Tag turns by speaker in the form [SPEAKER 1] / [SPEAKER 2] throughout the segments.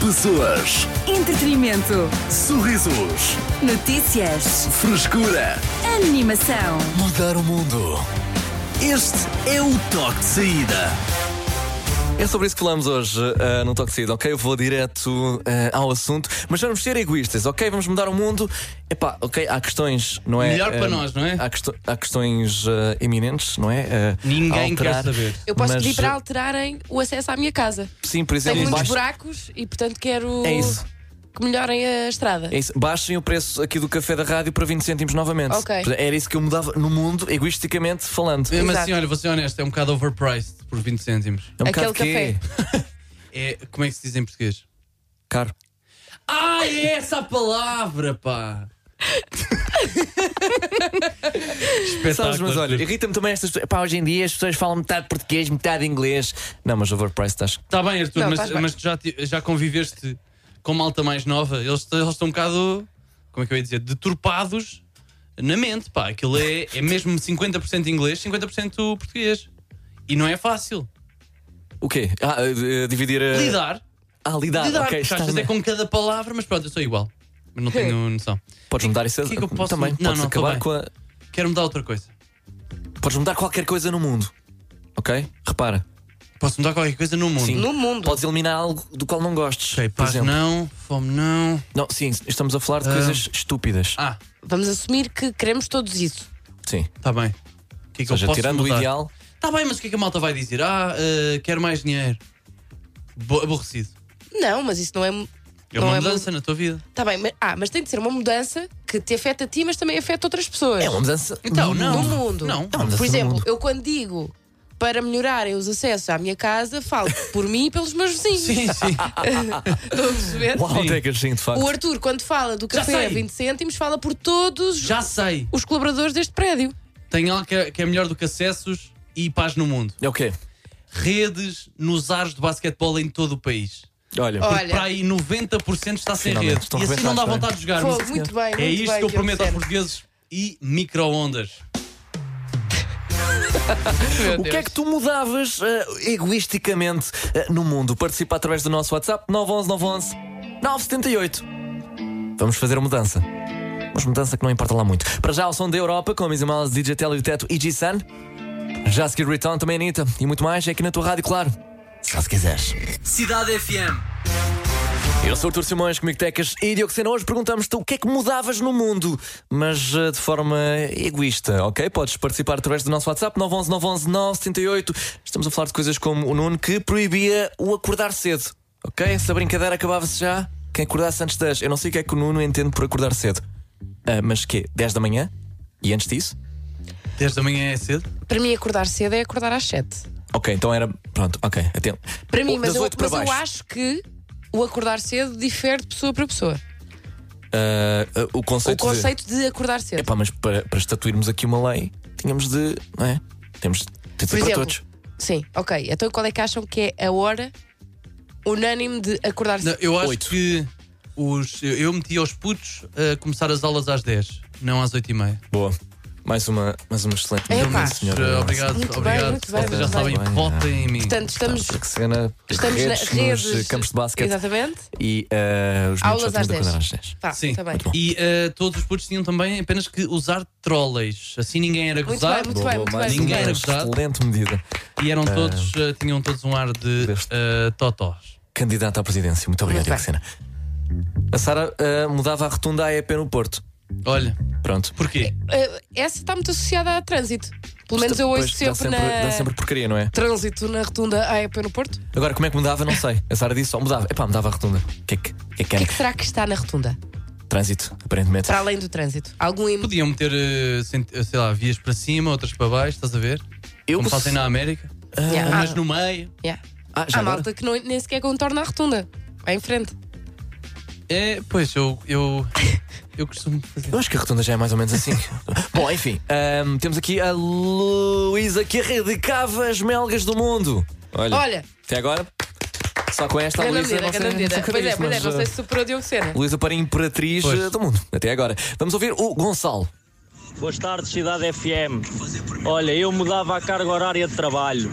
[SPEAKER 1] Pessoas,
[SPEAKER 2] Entretenimento.
[SPEAKER 1] sorrisos,
[SPEAKER 2] Notícias.
[SPEAKER 1] frescura.
[SPEAKER 2] Animação.
[SPEAKER 1] Mudar o mundo. Este é o toque de saída.
[SPEAKER 3] É sobre isso que falamos hoje eh, no Toque de Saída, ok? Eu vou direto eh, ao assunto, mas vamos ser egoístas, ok? Vamos mudar o mundo. Epá, ok, há questões, não é?
[SPEAKER 4] Melhor para
[SPEAKER 3] eh,
[SPEAKER 4] nós, não é?
[SPEAKER 3] Há, questões- há questões eh, eminentes, não é? Eh,
[SPEAKER 4] Ninguém
[SPEAKER 3] a
[SPEAKER 4] quer
[SPEAKER 3] alterar,
[SPEAKER 4] saber.
[SPEAKER 5] Eu posso
[SPEAKER 3] mas,
[SPEAKER 5] pedir para
[SPEAKER 3] eh,
[SPEAKER 5] alterarem o acesso à minha casa.
[SPEAKER 3] Sim, por
[SPEAKER 5] Tenho
[SPEAKER 3] exemplo,
[SPEAKER 5] muitos
[SPEAKER 3] baix-
[SPEAKER 5] buracos e, portanto, quero
[SPEAKER 3] É isso.
[SPEAKER 5] que melhorem a estrada.
[SPEAKER 3] é isso. baixem o preço aqui do café da rádio para 20 cêntimos novamente.
[SPEAKER 5] Ok.
[SPEAKER 3] Era isso que eu mudava no mundo, egoisticamente falando.
[SPEAKER 4] É, Mas
[SPEAKER 5] Exato.
[SPEAKER 4] assim, olha, vou ser honesto, é um bocado overpriced por 20 cêntimos.
[SPEAKER 3] É um bocado
[SPEAKER 5] Aquele café.
[SPEAKER 3] quê?
[SPEAKER 4] É, como é que se diz em português?
[SPEAKER 3] Caro.
[SPEAKER 4] Ah, é essa a palavra, pá!
[SPEAKER 3] Sabes, mas olha, irrita-me também estas pessoas. Pá, hoje em dia as pessoas falam metade português, metade inglês. Não, mas overpriced acho que.
[SPEAKER 4] Está Tá bem, Arthur,
[SPEAKER 5] Não,
[SPEAKER 4] mas,
[SPEAKER 5] faz bem.
[SPEAKER 4] mas tu já, ti- já conviveste com malta mais nova? Eles, t- eles estão um bocado, como é que eu ia dizer, deturpados na mente, pá. Aquilo é, é mesmo 50% inglês, 50% português. E não é fácil.
[SPEAKER 3] O quê? Ah, eh, dividir a.
[SPEAKER 4] Lidar,
[SPEAKER 3] Ah, lidar.
[SPEAKER 4] lidar,
[SPEAKER 3] ok,
[SPEAKER 4] okay,
[SPEAKER 3] está
[SPEAKER 4] é
[SPEAKER 3] bem.
[SPEAKER 4] com cada palavra, mas pronto, eu sou igual. Mas não tenho noção.
[SPEAKER 3] Podes mudar isso a-
[SPEAKER 4] que é que eu posso-
[SPEAKER 3] também.
[SPEAKER 4] Não,
[SPEAKER 3] podes
[SPEAKER 4] não, tô
[SPEAKER 3] acabar
[SPEAKER 4] bem.
[SPEAKER 3] com a.
[SPEAKER 4] Quero mudar outra coisa.
[SPEAKER 3] Podes mudar qualquer coisa no mundo. Ok? Repara.
[SPEAKER 4] Posso mudar qualquer coisa no mundo?
[SPEAKER 3] Sim.
[SPEAKER 5] No mundo.
[SPEAKER 3] Podes eliminar algo do qual não gostes.
[SPEAKER 4] Ok,
[SPEAKER 3] por
[SPEAKER 4] paz
[SPEAKER 3] exemplo.
[SPEAKER 4] não, fome não.
[SPEAKER 3] Não, sim, estamos a falar de
[SPEAKER 4] Ah.
[SPEAKER 3] coisas estúpidas.
[SPEAKER 4] Ah,
[SPEAKER 5] Vamos assumir que queremos todos isso.
[SPEAKER 3] Sim.
[SPEAKER 4] tá bem. O que é que
[SPEAKER 3] Ou seja,
[SPEAKER 4] eu posso
[SPEAKER 3] tirando
[SPEAKER 4] mudar?
[SPEAKER 3] o ideal.
[SPEAKER 4] Tá bem, mas o que é que a malta vai dizer? Ah, eh, quero mais dinheiro. Bo- aborrecido.
[SPEAKER 5] Não, mas isso não é. mu-
[SPEAKER 4] É
[SPEAKER 5] não
[SPEAKER 4] uma
[SPEAKER 5] é
[SPEAKER 4] mudança na tua vida.
[SPEAKER 5] Tá bem, mas, ah, mas tem de ser uma mudança que te afeta a ti, mas também afeta outras pessoas.
[SPEAKER 3] É uma mudança.
[SPEAKER 4] Então,
[SPEAKER 3] no
[SPEAKER 4] não.
[SPEAKER 5] No
[SPEAKER 3] mundo.
[SPEAKER 5] mundo.
[SPEAKER 4] Não,
[SPEAKER 3] não, mas
[SPEAKER 5] Por
[SPEAKER 3] isso é no
[SPEAKER 5] exemplo,
[SPEAKER 3] mundo.
[SPEAKER 5] eu quando digo para melhorarem os acessos à minha casa, falo por mim e pelos meus vizinhos.
[SPEAKER 4] sim.
[SPEAKER 5] Estão a perceber?
[SPEAKER 3] Uau,
[SPEAKER 4] Sim.
[SPEAKER 3] Decas, sim, de facto.
[SPEAKER 5] O Arthur, quando fala do café
[SPEAKER 4] sei.
[SPEAKER 5] a 20 cêntimos, fala por todos
[SPEAKER 4] Já sei.
[SPEAKER 5] os colaboradores deste prédio.
[SPEAKER 4] Tem algo que é, que é melhor do que acessos e paz no mundo.
[SPEAKER 3] É o quê?
[SPEAKER 4] Redes nos ares de basquetebol em todo o país.
[SPEAKER 3] Olha.
[SPEAKER 5] Olha.
[SPEAKER 4] Para aí 90% está sem
[SPEAKER 3] Finalmente,
[SPEAKER 4] rede.
[SPEAKER 3] estão é?
[SPEAKER 4] E assim não dá
[SPEAKER 3] arrebentados,
[SPEAKER 4] vontade de jogar.
[SPEAKER 5] Pô,
[SPEAKER 4] Mas-
[SPEAKER 5] muito bem, muito
[SPEAKER 4] É isto
[SPEAKER 5] bem,
[SPEAKER 4] que eu
[SPEAKER 5] Diogo
[SPEAKER 4] prometo aos
[SPEAKER 5] Sena.
[SPEAKER 4] portugueses e micro-ondas.
[SPEAKER 3] O que é que tu mudavas eh, egoisticamente eh, no mundo? Participa através do nosso WhatsApp 911 911 978. Vamos fazer a mudança. Mas mudança que não importa lá muito. Para já, o som da Europa com a Missy Miles, DJ Telly, o Teto e G-Sun. Já a seguir Return, também Anitta. E muito mais é aqui na tua rádio, claro. Só se quiseres.
[SPEAKER 1] Cidade FM.
[SPEAKER 3] Eu sou o Artur Simões, comigo Tecas e Diogo Sena. Hoje perguntamos-te o que é que mudavas no mundo, mas eh, de forma egoísta, ok? Podes participar através do nosso WhatsApp 911 911 978. Estamos a falar de coisas como o Nuno que proibia o acordar cedo, ok? Essa brincadeira acabava-se já. Quem acordasse antes das. Eu não sei o que é que o Nuno entende por acordar cedo. Ah, mas quê? 10 da manhã? E antes disso?
[SPEAKER 4] Desde amanhã é cedo?
[SPEAKER 5] Para mim, acordar cedo é acordar às 7.
[SPEAKER 3] Ok, então era. Pronto, ok, atento.
[SPEAKER 5] Para mim,
[SPEAKER 3] Oh,
[SPEAKER 5] mas,
[SPEAKER 3] das
[SPEAKER 5] eu,
[SPEAKER 3] oito para
[SPEAKER 5] mas eu
[SPEAKER 3] baixo.
[SPEAKER 5] acho que o acordar cedo difere de pessoa para pessoa.
[SPEAKER 3] Ah, ah, o
[SPEAKER 5] O
[SPEAKER 3] conceito. de-
[SPEAKER 5] conceito de acordar cedo.
[SPEAKER 3] Epá, mas para, para estatuirmos aqui uma lei, tínhamos de. Não é? Temos de ter
[SPEAKER 5] Por
[SPEAKER 3] para
[SPEAKER 5] exemplo,
[SPEAKER 3] todos.
[SPEAKER 5] Sim, ok. Então qual é que acham que é a hora unânime de acordar
[SPEAKER 4] Não,
[SPEAKER 5] cedo?
[SPEAKER 4] eu acho
[SPEAKER 3] Oito.
[SPEAKER 4] que os, eu, eu meti aos putos a começar as aulas às 10, não às 8 e meia.
[SPEAKER 3] Boa. Mais uma, mais uma excelente
[SPEAKER 5] Epá.
[SPEAKER 3] medida,
[SPEAKER 5] Mas,
[SPEAKER 3] senhora.
[SPEAKER 4] Eh, obrigado,
[SPEAKER 5] Muito bem,
[SPEAKER 4] obrigado.
[SPEAKER 5] muito bem,
[SPEAKER 4] Vocês já
[SPEAKER 5] muito
[SPEAKER 4] sabem,
[SPEAKER 3] bem.
[SPEAKER 4] votem em mim.
[SPEAKER 5] Portanto, estamos,
[SPEAKER 3] Estamos, a cena,
[SPEAKER 5] estamos
[SPEAKER 3] redes,
[SPEAKER 5] na redes.
[SPEAKER 3] nos eh, campos de basquete
[SPEAKER 5] Exatamente.
[SPEAKER 3] e eh, os
[SPEAKER 5] Aulas
[SPEAKER 3] miúdos já
[SPEAKER 5] às
[SPEAKER 3] tinham de
[SPEAKER 5] 10.
[SPEAKER 3] acordar às 10.
[SPEAKER 5] Tá,
[SPEAKER 4] Sim,
[SPEAKER 5] tá bem.
[SPEAKER 3] muito bom.
[SPEAKER 4] E eh, todos os putos tinham também apenas que usar trolleys. Assim ninguém era
[SPEAKER 5] Muito
[SPEAKER 4] gozado
[SPEAKER 5] bem, muito bem, muito
[SPEAKER 3] mais
[SPEAKER 5] bem.
[SPEAKER 4] Ninguém
[SPEAKER 3] uma
[SPEAKER 4] era gozado.
[SPEAKER 3] excelente medida.
[SPEAKER 4] e eram todos, eh, tinham todos um ar de
[SPEAKER 3] Deste.
[SPEAKER 4] eh, totós.
[SPEAKER 3] Candidato à presidência. Muito obrigado,
[SPEAKER 5] Muito
[SPEAKER 3] Diogo Sena. A Sara eh, mudava a rotunda à EP no Porto.
[SPEAKER 4] Olha,
[SPEAKER 3] Pronto.
[SPEAKER 4] porquê?
[SPEAKER 5] Eh, essa está muito associada a trânsito. Pelo menos eu
[SPEAKER 3] Depois
[SPEAKER 5] ouço
[SPEAKER 3] dá
[SPEAKER 5] sempre, na.
[SPEAKER 3] sempre, dá sempre porcaria, não é?
[SPEAKER 5] Trânsito na rotunda AEP no Porto? O
[SPEAKER 3] Agora, como é que mudava? Não sei. A Sara disse só mudava. Epá, mudava a rotunda. O que é que, o que, é que
[SPEAKER 5] que
[SPEAKER 3] era?
[SPEAKER 5] é que será que está na rotunda?
[SPEAKER 3] Trânsito, aparentemente.
[SPEAKER 5] Para além do trânsito? Algum im-
[SPEAKER 4] Podiam meter, eh, sent- eh, sei lá, vias para cima, outras para baixo, estás a ver?
[SPEAKER 3] Eu-
[SPEAKER 4] Como fazem na América.
[SPEAKER 5] Yeah,
[SPEAKER 4] Umas
[SPEAKER 5] há-
[SPEAKER 4] no meio.
[SPEAKER 5] yeah.
[SPEAKER 3] Ah, já
[SPEAKER 5] Há
[SPEAKER 3] agora?
[SPEAKER 5] malta que não, nem sequer contorna a rotunda. Vai em frente.
[SPEAKER 4] É, pois, eu, eu, eu costumo fazer.
[SPEAKER 3] Eu acho que a rotunda já é mais ou menos assim. Bom, enfim, ahm, temos aqui a Luísa que arredicava as melgas do mundo. Olha,
[SPEAKER 5] Olha,
[SPEAKER 3] até agora, só com esta a
[SPEAKER 5] grande
[SPEAKER 3] Luísa.
[SPEAKER 5] medida,
[SPEAKER 3] não sei-
[SPEAKER 5] grande medida.
[SPEAKER 3] não sei
[SPEAKER 5] Pois é,
[SPEAKER 3] isso,
[SPEAKER 5] pois é,
[SPEAKER 3] mas,
[SPEAKER 5] não sei
[SPEAKER 3] ah,
[SPEAKER 5] se superou Diogo Sena.
[SPEAKER 3] Luísa para Imperatriz
[SPEAKER 4] Pois.
[SPEAKER 3] ah, do Mundo, até agora. Vamos ouvir o Gonçalo.
[SPEAKER 6] Boas tardes, Cidade FM. Olha, eu mudava a carga horária de trabalho.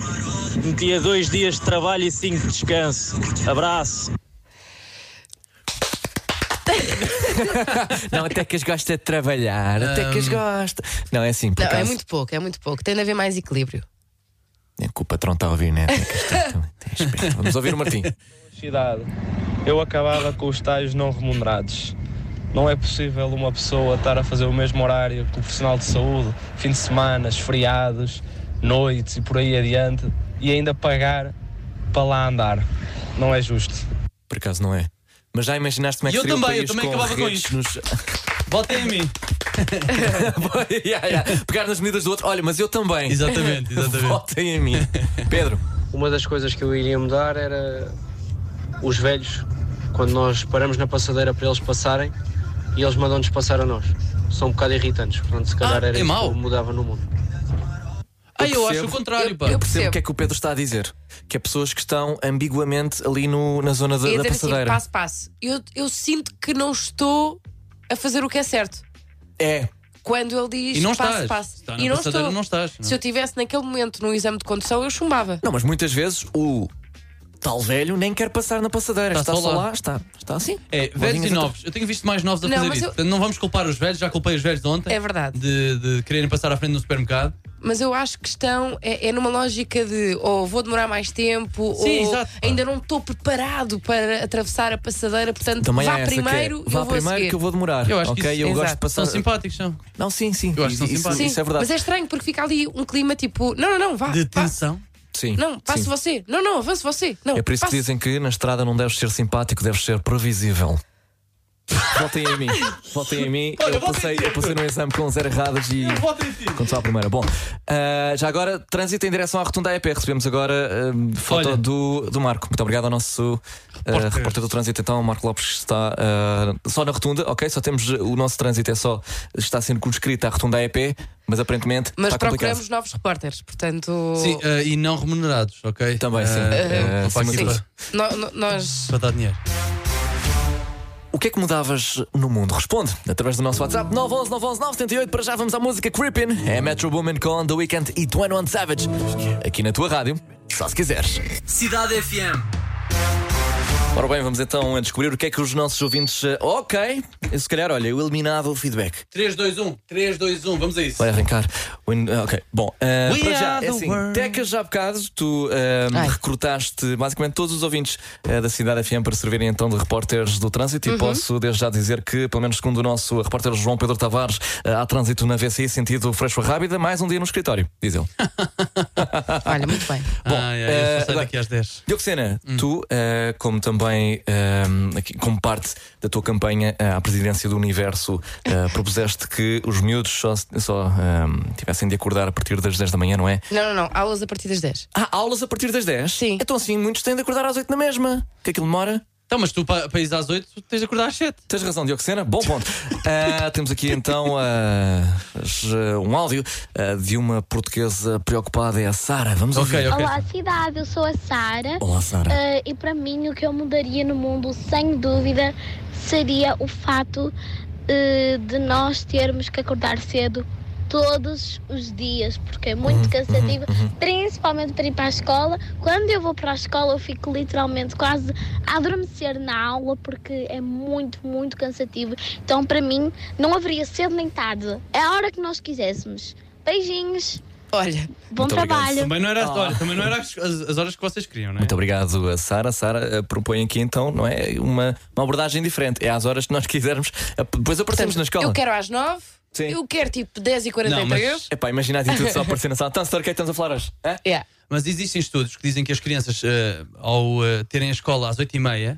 [SPEAKER 6] Metia dois dias de trabalho e cinco de descanso. Abraço.
[SPEAKER 3] Não, até que as gosta de trabalhar, até
[SPEAKER 4] Um,
[SPEAKER 3] que as gosta. Não, é assim, por
[SPEAKER 5] Não, é
[SPEAKER 3] acaso.
[SPEAKER 5] muito pouco, é muito pouco. Tem de haver mais equilíbrio.
[SPEAKER 3] É que o patrão está a ouvir, né? Tem que estar- tem- tem respeito. Vamos ouvir o Martim.
[SPEAKER 7] cidade, eu acabava com os estágios não remunerados. Não é possível uma pessoa estar a fazer o mesmo horário que o profissional de saúde, fim de semana, feriados, noites e por aí adiante, e ainda pagar para lá andar. Não é justo.
[SPEAKER 3] Por acaso não é. Mas já imaginaste como é
[SPEAKER 4] E
[SPEAKER 3] que
[SPEAKER 4] eu
[SPEAKER 3] seria o
[SPEAKER 4] também, eu
[SPEAKER 3] país
[SPEAKER 4] também
[SPEAKER 3] com
[SPEAKER 4] acabava com
[SPEAKER 3] redes
[SPEAKER 4] isso.
[SPEAKER 3] nos-
[SPEAKER 4] Votem em mim.
[SPEAKER 3] Ya, ya. Pegar nas medidas do outro. Olha, mas eu também.
[SPEAKER 4] Exatamente, exatamente.
[SPEAKER 3] Votem em mim. Pedro.
[SPEAKER 8] Uma das coisas que eu iria mudar era os velhos, quando nós paramos na passadeira para eles passarem e eles mandam-nos passar a nós. São um bocado irritantes, portanto, se calhar
[SPEAKER 4] Ah,
[SPEAKER 8] era
[SPEAKER 4] é
[SPEAKER 8] isso
[SPEAKER 4] mau.
[SPEAKER 8] que eu mudava no mundo.
[SPEAKER 4] Ah, eu acho
[SPEAKER 3] percebo.
[SPEAKER 4] o contrário, pá.
[SPEAKER 5] Eu-
[SPEAKER 3] Eu percebo
[SPEAKER 5] percebo.
[SPEAKER 3] o que é que o Pedro está a dizer. Que é pessoas que estão ambiguamente ali no, na zona da,
[SPEAKER 5] É
[SPEAKER 3] da
[SPEAKER 5] dizer assim,
[SPEAKER 3] passadeira.
[SPEAKER 5] passo, passo. Eu, eu sinto que não estou a fazer o que é certo.
[SPEAKER 3] é.
[SPEAKER 5] Quando ele diz
[SPEAKER 4] E não
[SPEAKER 5] passo,
[SPEAKER 4] estás.
[SPEAKER 5] passo.
[SPEAKER 4] Está na
[SPEAKER 5] e não
[SPEAKER 4] passadeira,
[SPEAKER 5] estou.
[SPEAKER 4] não estás, não. é?
[SPEAKER 5] Se eu tivesse naquele momento no exame de condução, eu chumbava.
[SPEAKER 3] Não, mas muitas vezes o tal velho nem quer passar na passadeira.
[SPEAKER 4] Está
[SPEAKER 3] Está,
[SPEAKER 4] só
[SPEAKER 3] só
[SPEAKER 4] lá.
[SPEAKER 3] lá, está, está assim.
[SPEAKER 4] É, velhos e
[SPEAKER 3] Bolinhas
[SPEAKER 4] novos. Eu tenho visto mais novos a
[SPEAKER 5] Não,
[SPEAKER 4] fazer
[SPEAKER 5] mas
[SPEAKER 4] isso.
[SPEAKER 5] eu-
[SPEAKER 4] Portanto, não vamos culpar os velhos, já culpei os velhos de ontem.
[SPEAKER 5] É verdade.
[SPEAKER 4] De, de quererem passar à frente no supermercado.
[SPEAKER 5] Mas eu acho que estão. É, é numa lógica de ou vou demorar mais tempo,
[SPEAKER 4] Sim,
[SPEAKER 5] ou
[SPEAKER 4] exato.
[SPEAKER 5] ainda não estou preparado para atravessar a passadeira, portanto
[SPEAKER 3] Também há
[SPEAKER 5] vá
[SPEAKER 3] essa
[SPEAKER 5] primeiro
[SPEAKER 3] que
[SPEAKER 5] e
[SPEAKER 3] é,
[SPEAKER 5] eu vou
[SPEAKER 3] vá
[SPEAKER 5] a
[SPEAKER 3] primeiro
[SPEAKER 5] seguir.
[SPEAKER 3] que eu vou demorar.
[SPEAKER 4] Eu acho que
[SPEAKER 3] Ok,
[SPEAKER 4] isso- é
[SPEAKER 3] eu gosto de
[SPEAKER 5] exato.
[SPEAKER 3] passar.
[SPEAKER 4] São simpáticos, são.
[SPEAKER 3] Não, sim, sim.
[SPEAKER 4] Eu acho que são
[SPEAKER 3] isso, isso,
[SPEAKER 4] simpáticos.
[SPEAKER 3] é verdade.
[SPEAKER 5] Mas é estranho porque fica ali um clima tipo: não, não, não, vá.
[SPEAKER 4] De
[SPEAKER 5] vá.
[SPEAKER 4] tensão.
[SPEAKER 3] Sim.
[SPEAKER 5] Não, passe
[SPEAKER 3] sim.
[SPEAKER 5] você. Não, não, avance você. Não,
[SPEAKER 3] É por isso que
[SPEAKER 5] passe.
[SPEAKER 3] dizem que na estrada não deves ser simpático, deves ser previsível. Votem em mim. Votem em mim.
[SPEAKER 4] Olha,
[SPEAKER 3] eu,
[SPEAKER 4] votem
[SPEAKER 3] passei,
[SPEAKER 4] em ti,
[SPEAKER 3] eu passei no exame com zero erradas e.
[SPEAKER 4] Votem em ti.
[SPEAKER 3] Começou a primeira. Bom, ah, já agora, trânsito em direção à Rotunda EP. Recebemos agora ah, foto
[SPEAKER 4] Olha.
[SPEAKER 3] do, do Marco. Muito obrigado ao nosso ah, repórter. do trânsito. Então, Marco Lopes está ah, só na Rotunda, ok? Só temos o nosso trânsito, é só está sendo circunscrito à Rotunda EP, mas aparentemente
[SPEAKER 5] Mas
[SPEAKER 3] está tá complicado.
[SPEAKER 5] procuramos novos repórteres, portanto.
[SPEAKER 4] Sim, eh, e não remunerados, ok?
[SPEAKER 3] Também, sim.
[SPEAKER 4] Eh,
[SPEAKER 3] Eh,
[SPEAKER 4] não para
[SPEAKER 3] acima
[SPEAKER 4] aqui
[SPEAKER 3] de
[SPEAKER 4] para,
[SPEAKER 3] tudo.
[SPEAKER 5] No- no- nós.
[SPEAKER 4] para dar dinheiro.
[SPEAKER 3] O que é que mudavas no mundo? Responde através do nosso WhatsApp 911 911 978. Para já vamos à música Creepin. É Metro Woman com The Weeknd e 21 Savage. Aqui na tua rádio, só se quiseres.
[SPEAKER 1] Cidade FM.
[SPEAKER 3] Ora bem, vamos então a descobrir o que é que os nossos ouvintes. eh, Ok, eu, se calhar, olha, eu eliminava o feedback.
[SPEAKER 4] 3, 2, 1, 3, 2, 1, vamos a isso.
[SPEAKER 3] Vai arrancar. O in- ah, Ok, bom. eh,
[SPEAKER 4] We
[SPEAKER 3] para já,
[SPEAKER 4] are
[SPEAKER 3] é
[SPEAKER 4] the
[SPEAKER 3] assim,
[SPEAKER 4] world.
[SPEAKER 3] Tecas, já há bocado, tu eh,
[SPEAKER 5] Ai.
[SPEAKER 3] recrutaste basicamente todos os ouvintes eh, da Cidade FM para servirem então de repórteres do trânsito e posso desde já dizer que, pelo menos segundo o nosso repórter João Pedro Tavares, eh, há trânsito na VCI sentido Freixo Rábida, mais um dia no escritório, diz ele.
[SPEAKER 5] Olha, muito bem.
[SPEAKER 4] Bom,
[SPEAKER 3] Bom, eh,
[SPEAKER 4] eu só saio
[SPEAKER 3] agora-
[SPEAKER 4] daqui às 10.
[SPEAKER 3] Diocena,
[SPEAKER 4] Hum.
[SPEAKER 3] tu, eh, como também eh, aqui- como parte da tua campanha eh, à presidência do Universo, eh, propuseste que os miúdos só, só eh, tivessem de acordar a partir das 10 da manhã, não é?
[SPEAKER 5] Não, não, não. Aulas a partir das 10.
[SPEAKER 3] Há aulas a partir das 10?
[SPEAKER 5] Sim.
[SPEAKER 3] Então, assim, muitos têm de acordar às 8 na mesma. Que aquilo demora.
[SPEAKER 4] Então, mas tu para, para ir às 8, tens de acordar às 7.
[SPEAKER 3] Tens razão, Diocena. Bom ponto. Ah, temos aqui então ah, as, ah, um áudio ah, de uma portuguesa preocupada, é a Sara. Vamos
[SPEAKER 4] Ok,
[SPEAKER 3] ouvir.
[SPEAKER 4] ok.
[SPEAKER 9] Olá, cidade, eu sou a Sara.
[SPEAKER 3] Olá, Sara.
[SPEAKER 9] Eh, e para mim, o que eu mudaria no mundo, sem dúvida, seria o fato eh, de nós termos que acordar cedo todos os dias, porque é
[SPEAKER 3] Uhum,
[SPEAKER 9] muito cansativo, principalmente para ir para a escola. Quando eu vou para a escola, eu fico literalmente quase a adormecer na aula, porque é muito, muito cansativo. Então, para mim, não haveria cedo nem tarde. É a hora que nós quiséssemos. Beijinhos,
[SPEAKER 5] Olha,
[SPEAKER 9] bom
[SPEAKER 3] Muito obrigado.
[SPEAKER 9] trabalho.
[SPEAKER 4] Também não era, olha, também não era as, as- as horas que vocês queriam, não é?
[SPEAKER 3] Muito obrigado, a Sara. A Sara ah, propõe aqui então, não é? Uma, uma abordagem diferente. É às horas que nós quisermos. Ah, Depois aparecemos na escola.
[SPEAKER 5] eu quero às 9.
[SPEAKER 3] Sim.
[SPEAKER 5] Eu quero tipo 10 e
[SPEAKER 4] Não,
[SPEAKER 5] 43.
[SPEAKER 4] mas-
[SPEAKER 3] Epá, imagina a atitude só aparecer na sala. Então, Sara, o que é que estamos a falar hoje? Hã?
[SPEAKER 5] Yeah.
[SPEAKER 4] Mas existem estudos que dizem que as crianças, eh, ao eh, terem a escola às 8h30,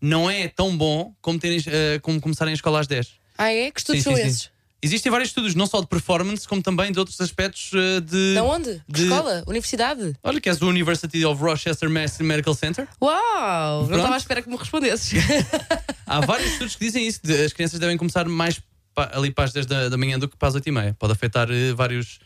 [SPEAKER 4] não é tão bom como, terem, eh, como começarem a escola às 10.
[SPEAKER 5] Ah, é? Que estudos
[SPEAKER 4] Sim,
[SPEAKER 5] são
[SPEAKER 4] sim, sim.
[SPEAKER 5] esses?
[SPEAKER 4] Existem vários estudos, não só de performance, como também de outros aspectos eh, de.
[SPEAKER 5] Da onde? Que
[SPEAKER 4] De-
[SPEAKER 5] Escola? Universidade?
[SPEAKER 4] Olha, que és do University of Rochester Mass Medical Center.
[SPEAKER 5] Uau! Não
[SPEAKER 4] Pronto.
[SPEAKER 5] estava à espera que me respondesses.
[SPEAKER 4] Há vários estudos que dizem isso. de- as crianças devem começar mais pa- ali para as 10 da, da manhã do que para as 8 e meia. Pode afetar eh, vários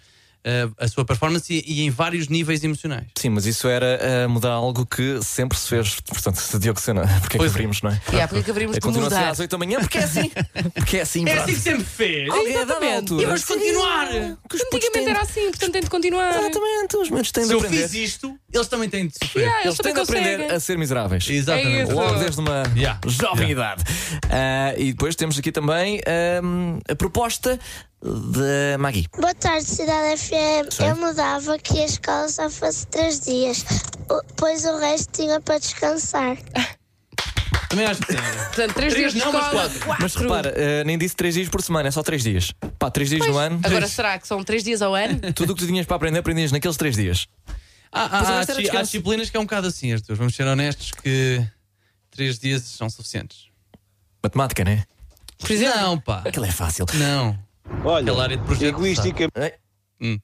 [SPEAKER 4] eh, eh, a sua performance e, e em vários níveis emocionais.
[SPEAKER 3] Sim, mas isso era eh, mudar algo que sempre se fez. Portanto, se Dioxena, porque é que
[SPEAKER 4] Pois é.
[SPEAKER 3] abrimos, não é?
[SPEAKER 5] E há porque é que abrimos
[SPEAKER 3] É,
[SPEAKER 5] de
[SPEAKER 3] continua a ser
[SPEAKER 5] mudar.
[SPEAKER 3] às 8 da manhã, porque é assim. Porque é assim, É
[SPEAKER 4] É
[SPEAKER 3] pronto.
[SPEAKER 4] assim que sempre fez!
[SPEAKER 3] Alguém a dada
[SPEAKER 5] Exatamente.
[SPEAKER 3] altura-
[SPEAKER 5] E vamos continuar.
[SPEAKER 3] Que os putos têm-
[SPEAKER 5] Antigamente era assim, portanto tem de continuar.
[SPEAKER 3] Exatamente, os meus têm de
[SPEAKER 4] Se eu
[SPEAKER 3] aprender.
[SPEAKER 4] fiz isto, eles também têm de sofrer.
[SPEAKER 5] Yeah, Ah, eles
[SPEAKER 3] Eles têm
[SPEAKER 5] também
[SPEAKER 3] de aprender
[SPEAKER 5] conseguem.
[SPEAKER 3] a ser miseráveis.
[SPEAKER 5] É
[SPEAKER 4] Exatamente.
[SPEAKER 5] isso.
[SPEAKER 3] Logo desde uma
[SPEAKER 4] Yeah.
[SPEAKER 3] jovem idade. Ah, e depois temos aqui também ahm, a proposta da Maggie.
[SPEAKER 9] Boa tarde, Cidade FM. Eu mudava que a escola só fosse três dias, o- pois o resto tinha para descansar.
[SPEAKER 4] Também acho que sim.
[SPEAKER 5] Portanto, três
[SPEAKER 4] Três
[SPEAKER 5] dias de
[SPEAKER 4] não, mas
[SPEAKER 5] escola.
[SPEAKER 4] quatro.
[SPEAKER 3] Mas repara, ah, nem disse 3 dias por semana, é só 3 dias. Pá, 3 dias no Um ano,
[SPEAKER 5] Agora será que são três dias ao ano?
[SPEAKER 3] tudo o que tu tinhas para aprender, aprendias naqueles 3 dias.
[SPEAKER 4] Há, há-
[SPEAKER 3] Mas o
[SPEAKER 4] há
[SPEAKER 3] resto era
[SPEAKER 4] chi- há
[SPEAKER 3] descanso.
[SPEAKER 4] disciplinas que é um bocado assim, Arthur. Vamos ser honestos que três dias são suficientes.
[SPEAKER 3] Matemática, né?
[SPEAKER 4] Por exemplo? Não, pá.
[SPEAKER 3] Aquilo é fácil.
[SPEAKER 4] Não.
[SPEAKER 10] Olha,
[SPEAKER 4] Aquela área de projeto.
[SPEAKER 10] egoistica-
[SPEAKER 3] sabe?
[SPEAKER 4] Hum.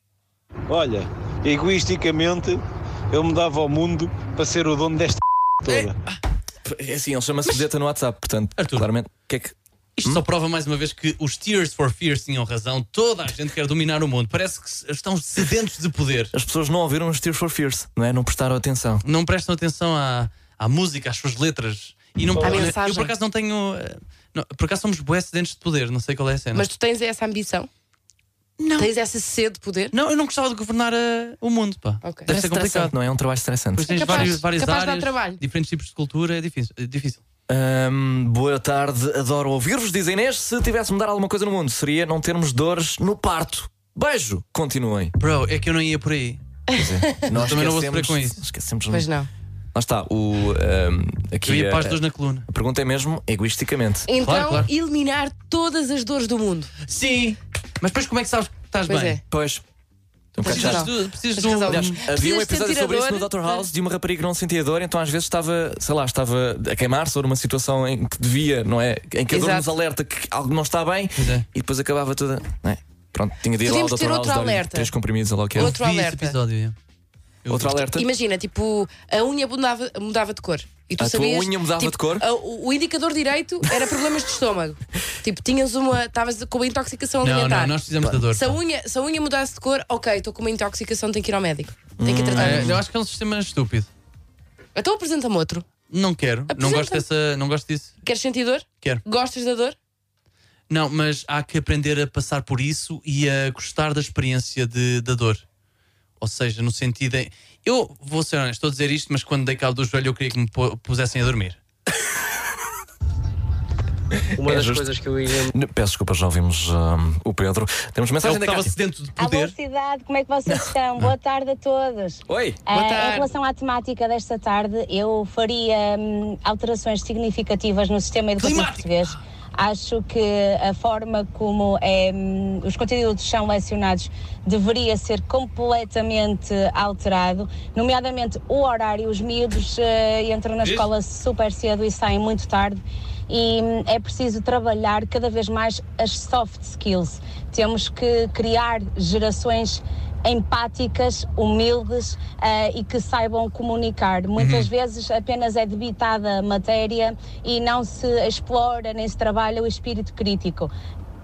[SPEAKER 10] olha, egoisticamente eu mudava ao mundo para ser o dono desta toda.
[SPEAKER 3] É assim, ele chama-se Vedeta no WhatsApp, portanto,
[SPEAKER 4] Arthur.
[SPEAKER 3] claramente. o Que é que...
[SPEAKER 4] Isto só prova mais uma vez que os Tears for Fears tinham razão. Toda a gente quer dominar o mundo. Parece que se- estão sedentos de poder.
[SPEAKER 3] As pessoas não ouviram os Tears for Fears, não é? Não prestaram atenção.
[SPEAKER 4] Não prestam atenção à, à música, às suas letras. E não,
[SPEAKER 5] À
[SPEAKER 4] olha,
[SPEAKER 5] mensagem.
[SPEAKER 4] Eu por acaso não tenho. eh, não, por acaso somos bué sedentos de poder. Não sei qual é a cena.
[SPEAKER 5] Mas tu tens essa ambição? Não. Tens essa sede de poder?
[SPEAKER 4] Não, eu não gostava de governar eh, o mundo, pá.
[SPEAKER 5] Ok.
[SPEAKER 3] É
[SPEAKER 4] Deve ser complicado.
[SPEAKER 3] estressante, não é? É um trabalho estressante.
[SPEAKER 4] Pois tens
[SPEAKER 5] capaz-
[SPEAKER 4] vários, várias
[SPEAKER 5] capaz de dar
[SPEAKER 4] áreas,
[SPEAKER 5] trabalho.
[SPEAKER 4] diferentes tipos de cultura, é difícil. é difícil.
[SPEAKER 3] Ahm, boa tarde, adoro ouvir-vos. Diz a Inês: se tivesse de mudar alguma coisa no mundo, seria não termos dores no parto. Beijo! Continuem.
[SPEAKER 4] Bro, é que eu não ia por aí.
[SPEAKER 3] Nós
[SPEAKER 4] também não vou
[SPEAKER 3] esquecemos-
[SPEAKER 4] sofrer com isso.
[SPEAKER 3] Esquecemos
[SPEAKER 5] Pois não.
[SPEAKER 3] Lá está, o, ahm,
[SPEAKER 4] Eu
[SPEAKER 3] aqui
[SPEAKER 4] ia
[SPEAKER 3] a,
[SPEAKER 4] para as duas na coluna.
[SPEAKER 3] a pergunta é mesmo egoisticamente.
[SPEAKER 5] Então,
[SPEAKER 4] claro.
[SPEAKER 5] eliminar todas as dores do mundo.
[SPEAKER 4] Sim! Mas depois como é que sabes que estás
[SPEAKER 5] Pois
[SPEAKER 4] bem?
[SPEAKER 5] é.
[SPEAKER 3] Pois. Um bocado
[SPEAKER 5] Precisas
[SPEAKER 3] chato.
[SPEAKER 4] Precisas de, precisas
[SPEAKER 5] Tens
[SPEAKER 4] de um-
[SPEAKER 5] razão.
[SPEAKER 4] Aliás,
[SPEAKER 3] Havia um
[SPEAKER 5] Então, Precisas Tá.
[SPEAKER 3] episódio
[SPEAKER 5] sentir a
[SPEAKER 3] sobre isso
[SPEAKER 5] dor?
[SPEAKER 3] no Dr. House de uma rapariga que não sentia dor, então às vezes estava, sei lá, estava a queimar-se ou numa situação em que devia, não é? Em que a dor
[SPEAKER 5] Exato.
[SPEAKER 3] nos alerta que algo não está bem
[SPEAKER 4] é.
[SPEAKER 3] e depois acabava toda. Não é? Pronto, tinha de ir
[SPEAKER 5] Podíamos
[SPEAKER 3] lá ao Dr.
[SPEAKER 5] ter outro
[SPEAKER 3] House dar
[SPEAKER 5] alerta.
[SPEAKER 3] três comprimidos ou lá o que era.
[SPEAKER 5] Outro
[SPEAKER 4] vi
[SPEAKER 5] alerta.
[SPEAKER 4] Esse episódio, é. Eu
[SPEAKER 3] Outro
[SPEAKER 4] vi.
[SPEAKER 3] alerta.
[SPEAKER 5] Imagina, tipo, a unha mudava, mudava de cor. E tu
[SPEAKER 3] A tua
[SPEAKER 5] sabias,
[SPEAKER 3] unha mudava
[SPEAKER 5] tipo,
[SPEAKER 3] de cor?
[SPEAKER 5] a- o o indicador direito era problemas de estômago. tipo, tinhas uma. Estavas com uma intoxicação
[SPEAKER 4] Não,
[SPEAKER 5] alimentar.
[SPEAKER 4] não, nós precisamos da dor.
[SPEAKER 5] Se a,
[SPEAKER 4] pá.
[SPEAKER 5] unha, se a unha mudasse de cor, ok, estou com uma intoxicação, tenho que ir ao médico. Tenho que ir tratar.
[SPEAKER 4] É,
[SPEAKER 5] disso.
[SPEAKER 4] eu acho que é um sistema estúpido.
[SPEAKER 5] Então apresenta-me outro.
[SPEAKER 4] Não quero. Não
[SPEAKER 5] Apresenta-me.
[SPEAKER 4] gosto, dessa, não gosto disso.
[SPEAKER 5] Queres sentir dor?
[SPEAKER 4] Quero.
[SPEAKER 5] Gostas da dor?
[SPEAKER 4] Não, mas há que aprender a passar por isso e a gostar da experiência de, da dor. Ou seja, no sentido em. Eu vou ser honesto, estou a dizer isto, mas quando dei cabo do joelho eu queria que me po- pusessem a dormir.
[SPEAKER 8] Uma
[SPEAKER 3] É
[SPEAKER 8] das
[SPEAKER 3] justo.
[SPEAKER 8] coisas que eu ia
[SPEAKER 3] Peço desculpa, já ouvimos ahm, o Pedro. Temos
[SPEAKER 4] Eu
[SPEAKER 3] mensagem da
[SPEAKER 4] estava
[SPEAKER 3] Cátia.
[SPEAKER 4] sedento de poder.
[SPEAKER 9] cidade, como é que vocês estão? Boa tarde a todos.
[SPEAKER 3] Oi!
[SPEAKER 9] Ah,
[SPEAKER 5] tarde.
[SPEAKER 9] Em relação à temática desta tarde, eu faria hum, alterações significativas no sistema educativo
[SPEAKER 4] Climático.
[SPEAKER 9] português. Acho que a forma como é, hum, os conteúdos são lecionados deveria ser completamente alterado, nomeadamente o horário. Os miúdos eh, entram na
[SPEAKER 4] Isso.
[SPEAKER 9] escola super cedo e saem muito tarde. E hum, é preciso trabalhar cada vez mais as soft skills. Temos que criar gerações empáticas, humildes eh, e que saibam comunicar.
[SPEAKER 4] Uhum.
[SPEAKER 9] Muitas vezes apenas é debitada a matéria e não se explora nem se trabalha o espírito crítico.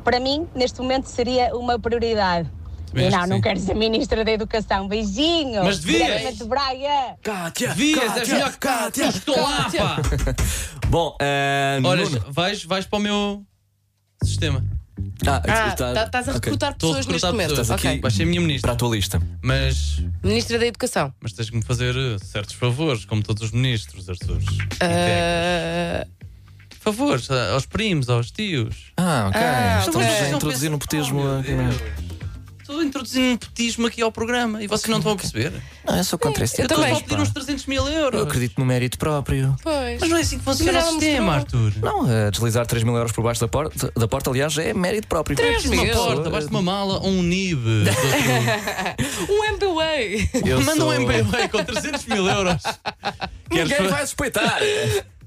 [SPEAKER 9] Para mim, neste momento, seria uma prioridade.
[SPEAKER 4] Também
[SPEAKER 9] e
[SPEAKER 4] acho
[SPEAKER 9] não,
[SPEAKER 4] que
[SPEAKER 9] não
[SPEAKER 4] sim.
[SPEAKER 9] quero ser Ministra da Educação. Beijinho!
[SPEAKER 4] Mas devias.
[SPEAKER 9] Diretamente de Braga!
[SPEAKER 3] Cátia!
[SPEAKER 4] Vias, és melhor que Cátia! Estou lá, pá!
[SPEAKER 3] Bom, ahm,
[SPEAKER 4] Ora,
[SPEAKER 3] Nuno.
[SPEAKER 4] vais, vais para o meu sistema.
[SPEAKER 3] Ah,
[SPEAKER 5] Ah,
[SPEAKER 3] está-
[SPEAKER 5] tá- estás a
[SPEAKER 3] ok.
[SPEAKER 5] recrutar
[SPEAKER 4] Estou
[SPEAKER 5] pessoas
[SPEAKER 4] a
[SPEAKER 5] neste
[SPEAKER 4] recrutar
[SPEAKER 5] momento.
[SPEAKER 4] pessoas.
[SPEAKER 5] Ok.
[SPEAKER 3] aqui.
[SPEAKER 4] Vais ser a minha
[SPEAKER 3] Para a
[SPEAKER 4] ministra.
[SPEAKER 3] tua lista.
[SPEAKER 4] Mas,
[SPEAKER 5] Ministra da Educação.
[SPEAKER 4] mas tens que me fazer eh, certos favores, como todos os ministros, Arthur.
[SPEAKER 5] Ah,
[SPEAKER 4] Favores ah, aos primos, aos tios.
[SPEAKER 3] Ah, ok.
[SPEAKER 5] Ah,
[SPEAKER 3] Estamos
[SPEAKER 5] ok.
[SPEAKER 3] a introduzir no potismo.
[SPEAKER 4] Oh, meu
[SPEAKER 3] aqui, não é?
[SPEAKER 4] Deus. Estou introduzindo nepotismo aqui ao programa e vocês não estão a perceber.
[SPEAKER 3] Não, eu sou contra esse
[SPEAKER 4] Eu
[SPEAKER 3] tipo
[SPEAKER 4] estou
[SPEAKER 3] de
[SPEAKER 4] só a
[SPEAKER 3] coisas,
[SPEAKER 4] pedir
[SPEAKER 3] pá.
[SPEAKER 4] uns 300 mil euros.
[SPEAKER 3] Eu acredito no mérito próprio.
[SPEAKER 5] pois.
[SPEAKER 4] Mas não é assim que funciona o
[SPEAKER 5] Não, não
[SPEAKER 4] sistema, Arthur.
[SPEAKER 3] Não, eh, deslizar 3 mil euros por baixo da porta, da porta aliás, é mérito próprio.
[SPEAKER 4] É preciso uma porta, basta uma mala ou um nib.
[SPEAKER 5] Um MBA.
[SPEAKER 3] Eu
[SPEAKER 4] Manda
[SPEAKER 3] sou-
[SPEAKER 4] um MBA com 300 mil euros. Queres,
[SPEAKER 3] Ninguém
[SPEAKER 4] fa-
[SPEAKER 3] vai suspeitar.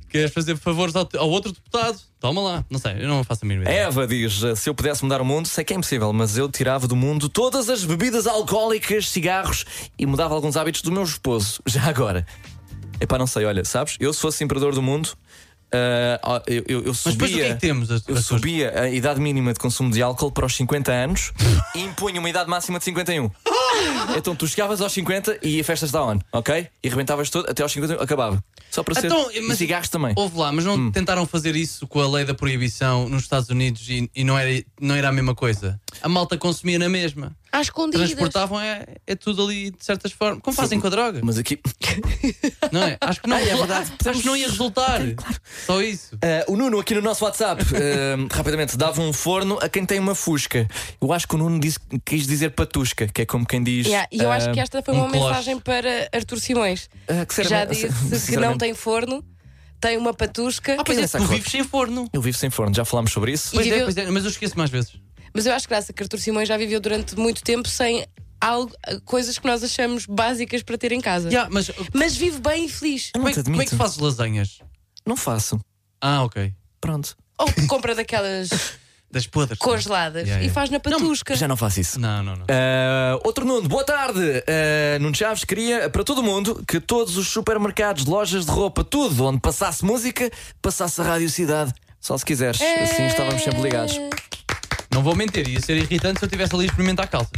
[SPEAKER 4] queres fazer favores ao, ao outro deputado? Toma lá. Não sei, eu não faço a mínima ideia.
[SPEAKER 3] Eva diz: se eu pudesse mudar o mundo, sei que é impossível, mas eu tirava do mundo todas as bebidas alcoólicas, cigarros e mudava alguns hábitos do meu esposo, já agora. Epá, não sei, olha, sabes? Eu se fosse imperador do mundo, ah, eu, eu, eu
[SPEAKER 4] Mas
[SPEAKER 3] subia.
[SPEAKER 4] depois o que é que temos?
[SPEAKER 3] Eu
[SPEAKER 4] Arthur?
[SPEAKER 3] subia a idade mínima de consumo de álcool para os 50 anos e impunha uma idade máxima de 51. Então tu chegavas aos 50 e a festa está on, ok? E arrebentavas tudo, até aos 50 acabava. Só para ser.
[SPEAKER 4] Então,
[SPEAKER 3] e
[SPEAKER 4] mas-
[SPEAKER 3] cigarros também. Hum.
[SPEAKER 4] Houve lá, mas não tentaram fazer isso com a lei da proibição nos Estados Unidos e, e não, era, não era a mesma coisa. A malta consumia na mesma.
[SPEAKER 5] Às escondidas.
[SPEAKER 4] Transportavam é, é tudo ali de certas formas. Como fazem com a droga,
[SPEAKER 3] Mas aqui.
[SPEAKER 4] não é? Acho que não,
[SPEAKER 3] Ah, é verdade.
[SPEAKER 4] acho que não ia resultar. Só isso.
[SPEAKER 3] Ah, o Nuno aqui no nosso WhatsApp, ah, rapidamente, dava um forno a quem tem uma fusca. Eu acho que o Nuno disse- quis dizer patusca, que é como quem diz.
[SPEAKER 5] Yeah, e eu acho que esta foi
[SPEAKER 4] um
[SPEAKER 5] uma
[SPEAKER 4] cloche.
[SPEAKER 5] mensagem para Artur Simões.
[SPEAKER 3] ah, que
[SPEAKER 5] Que já
[SPEAKER 3] sinceramente-
[SPEAKER 5] disse que não
[SPEAKER 3] sinceramente,
[SPEAKER 5] tem forno, tem uma patusca.
[SPEAKER 4] Ah, pois
[SPEAKER 3] Quem
[SPEAKER 4] é,
[SPEAKER 3] é essa
[SPEAKER 4] tu
[SPEAKER 3] cor?
[SPEAKER 4] vives sem forno.
[SPEAKER 3] Eu vivo sem forno, já falámos sobre isso.
[SPEAKER 4] Pois é,
[SPEAKER 5] viveu-
[SPEAKER 4] pois é, mas eu esqueço mais vezes.
[SPEAKER 5] Mas eu acho graça que Artur Simões já viveu durante muito tempo sem algo, coisas que nós achamos básicas para ter em casa.
[SPEAKER 4] Yeah, mas uh,
[SPEAKER 5] Mas vive bem e feliz.
[SPEAKER 3] Eu
[SPEAKER 4] como
[SPEAKER 3] não
[SPEAKER 4] é,
[SPEAKER 3] te
[SPEAKER 4] que-
[SPEAKER 3] admito.
[SPEAKER 4] como é que fazes lasanhas?
[SPEAKER 3] Não faço.
[SPEAKER 4] Ah, ok.
[SPEAKER 3] Pronto.
[SPEAKER 5] Ou compra daquelas
[SPEAKER 4] Das podres.
[SPEAKER 5] congeladas
[SPEAKER 4] Yeah,
[SPEAKER 5] e
[SPEAKER 4] yeah.
[SPEAKER 5] faz na patusca.
[SPEAKER 3] Já não faço isso.
[SPEAKER 4] Não, não, não.
[SPEAKER 3] Ah, outro Nuno, boa tarde. Ah, Nuno Chaves queria para todo mundo que todos os supermercados, lojas de roupa, tudo onde passasse música, passasse a Rádio Cidade. Só se quiseres,
[SPEAKER 5] Eh.
[SPEAKER 3] assim estávamos sempre ligados.
[SPEAKER 5] É.
[SPEAKER 4] Não vou mentir, ia ser irritante se eu estivesse ali a experimentar calças.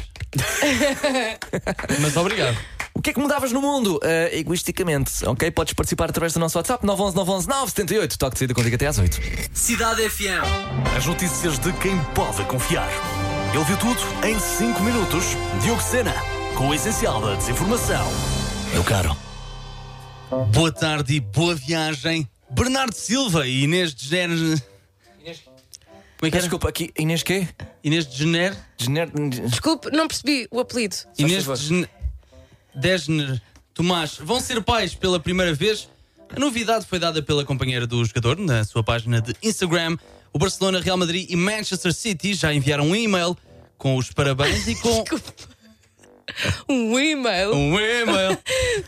[SPEAKER 4] mas obrigado.
[SPEAKER 3] O que é que mudavas no mundo? Ah, egoisticamente, ok? Podes participar através do nosso WhatsApp 911 911 978. Toque de saída contigo até às 8.
[SPEAKER 1] Cidade FM. As notícias de quem pode confiar. Ele viu tudo em 5 minutos. Diogo Sena, com o essencial da desinformação. Meu caro.
[SPEAKER 4] Boa tarde e boa viagem. Bernardo Silva e Inês de Jenner. Inês. Como é que era?
[SPEAKER 3] Desculpa, aqui, Inês quê?
[SPEAKER 4] Inês de Jenner.
[SPEAKER 3] Gener...
[SPEAKER 5] Desculpe, não percebi o apelido.
[SPEAKER 4] Inês
[SPEAKER 3] favor.
[SPEAKER 4] de Jenner. Desner. Tomás vão ser pais pela primeira vez. A novidade foi dada pela companheira do jogador na sua página de Instagram. O Barcelona, Real Madrid e Manchester City já enviaram um e-mail com os parabéns e com
[SPEAKER 5] Um e-mail.
[SPEAKER 4] um e-mail.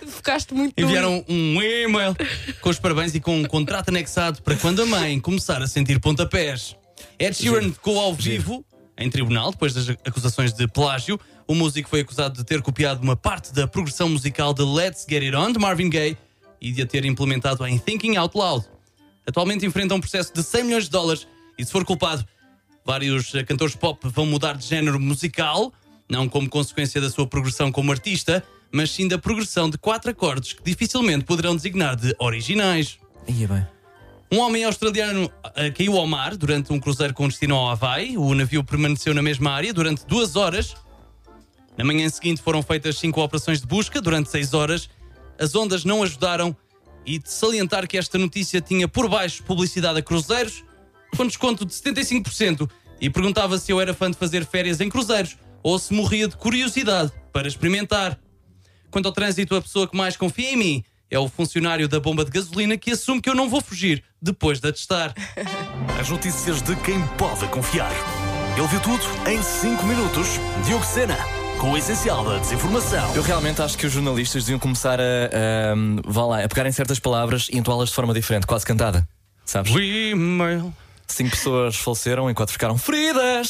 [SPEAKER 5] Focaste muito no
[SPEAKER 4] Enviaram um e-mail com os parabéns e com um contrato anexado para quando a mãe começar a sentir pontapés. Ed Sheeran ficou ao vivo em tribunal depois das acusações de plágio. O músico foi acusado de ter copiado uma parte da progressão musical de Let's Get It On de Marvin Gaye e de a ter implementado em Thinking Out Loud. Atualmente enfrenta um processo de 100 milhões de dólares e, se for culpado, vários eh, cantores pop vão mudar de género musical, não como consequência da sua progressão como artista, mas sim da progressão de quatro acordes que dificilmente poderão designar de originais.
[SPEAKER 3] Ia é bem.
[SPEAKER 4] Um homem australiano ah, caiu ao mar durante um cruzeiro com destino ao Havaí. O navio permaneceu na mesma área durante duas horas. Na manhã seguinte foram feitas cinco operações de busca durante seis horas. As ondas não ajudaram e de salientar que esta notícia tinha por baixo publicidade a cruzeiros com desconto de 75% e perguntava se eu era fã de fazer férias em cruzeiros ou se morria de curiosidade para experimentar. Quanto ao trânsito, a pessoa que mais confia em mim é o funcionário da bomba de gasolina que assume que eu não vou fugir depois de a testar.
[SPEAKER 1] As notícias de quem pode confiar. Ele viu tudo em 5 minutos. Diogo Sena, com o essencial da desinformação.
[SPEAKER 3] Eu realmente acho que os jornalistas deviam começar a, a, vá lá, a pegarem certas palavras e entoá-las de forma diferente, quase cantada. Sabes?
[SPEAKER 4] E-mail.
[SPEAKER 3] Cinco pessoas faleceram enquanto ficaram feridas.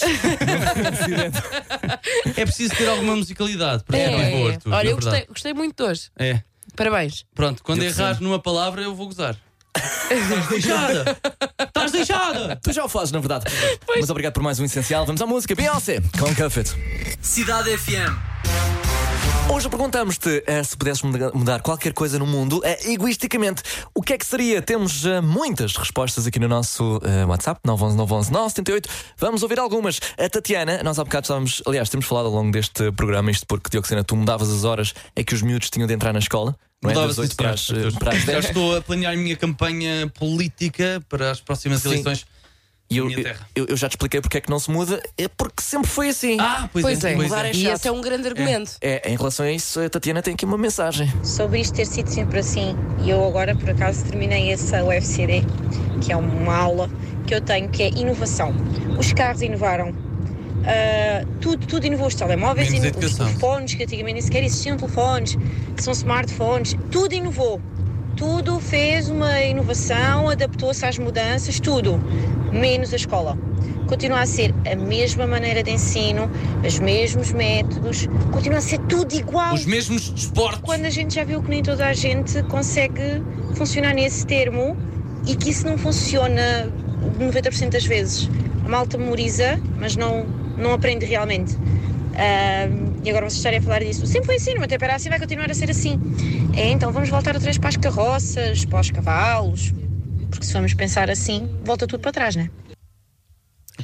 [SPEAKER 4] É preciso ter alguma musicalidade para ser mais um É, boa, Arthur,
[SPEAKER 5] É. Olha,
[SPEAKER 4] na
[SPEAKER 5] eu gostei,
[SPEAKER 4] verdade.
[SPEAKER 5] gostei muito de hoje.
[SPEAKER 4] É.
[SPEAKER 5] Parabéns.
[SPEAKER 4] Pronto, quando
[SPEAKER 3] Eu
[SPEAKER 4] errar numa palavra eu vou gozar. Estás lixada! Estás lixada!
[SPEAKER 3] tu já o fazes, na verdade. Mas obrigado por mais um essencial. Vamos à música. Beyoncé, com Cuffet.
[SPEAKER 1] Cidade FM.
[SPEAKER 3] Hoje perguntamos-te eh, se pudesses muda- mudar qualquer coisa no mundo, eh, egoisticamente, o que é que seria? Temos eh, muitas respostas aqui no nosso eh, WhatsApp, 911 978. Vamos ouvir algumas. A Tatiana, nós há bocado estávamos, aliás, temos falado ao longo deste programa isto porque, Dioxena, tu mudavas as horas em que os miúdos tinham de entrar na escola. Não é?
[SPEAKER 4] Mudava,
[SPEAKER 3] Das
[SPEAKER 4] sim,
[SPEAKER 3] oito para as,
[SPEAKER 4] senhor,
[SPEAKER 3] eh,
[SPEAKER 4] Arthur.
[SPEAKER 3] para as
[SPEAKER 4] Já
[SPEAKER 3] 10.
[SPEAKER 4] estou a planear a minha campanha política para as próximas
[SPEAKER 3] Sim.
[SPEAKER 4] eleições.
[SPEAKER 3] E eu,
[SPEAKER 4] Minha terra.
[SPEAKER 3] eu- eu já te expliquei porque é que não se muda, é porque sempre foi assim.
[SPEAKER 4] Ah, pois,
[SPEAKER 5] Pois
[SPEAKER 4] é,
[SPEAKER 5] é,
[SPEAKER 4] pois
[SPEAKER 3] mudar
[SPEAKER 4] é.
[SPEAKER 5] e
[SPEAKER 3] chato.
[SPEAKER 5] esse é um grande argumento.
[SPEAKER 3] É, em relação a isso, a Tatiana tem aqui uma mensagem.
[SPEAKER 11] sobre isto ter sido sempre assim. E eu agora, por acaso, terminei essa UFCD, que é uma aula que eu tenho, que é inovação. Os carros inovaram. Ah, tudo, tudo inovou, os telemóveis,
[SPEAKER 4] Menos
[SPEAKER 11] ino- os
[SPEAKER 4] educação.
[SPEAKER 11] telefones, que antigamente nem sequer existiam telefones, que são smartphones, tudo inovou. Tudo fez uma inovação, adaptou-se às mudanças, tudo, menos a escola. Continua a ser a mesma maneira de ensino, os mesmos métodos, continua a ser tudo igual
[SPEAKER 4] Os mesmos desportos.
[SPEAKER 11] quando a gente já viu que nem toda a gente consegue funcionar nesse termo e que isso não funciona 90% das vezes. A malta memoriza, mas não, não aprende realmente. Ah, E agora vocês estarem a falar disso. Sempre foi assim, no meu tempo era assim, vai continuar a ser assim. É, então vamos voltar outra vez para as carroças, para os cavalos. Porque se vamos pensar assim, volta tudo para trás, né?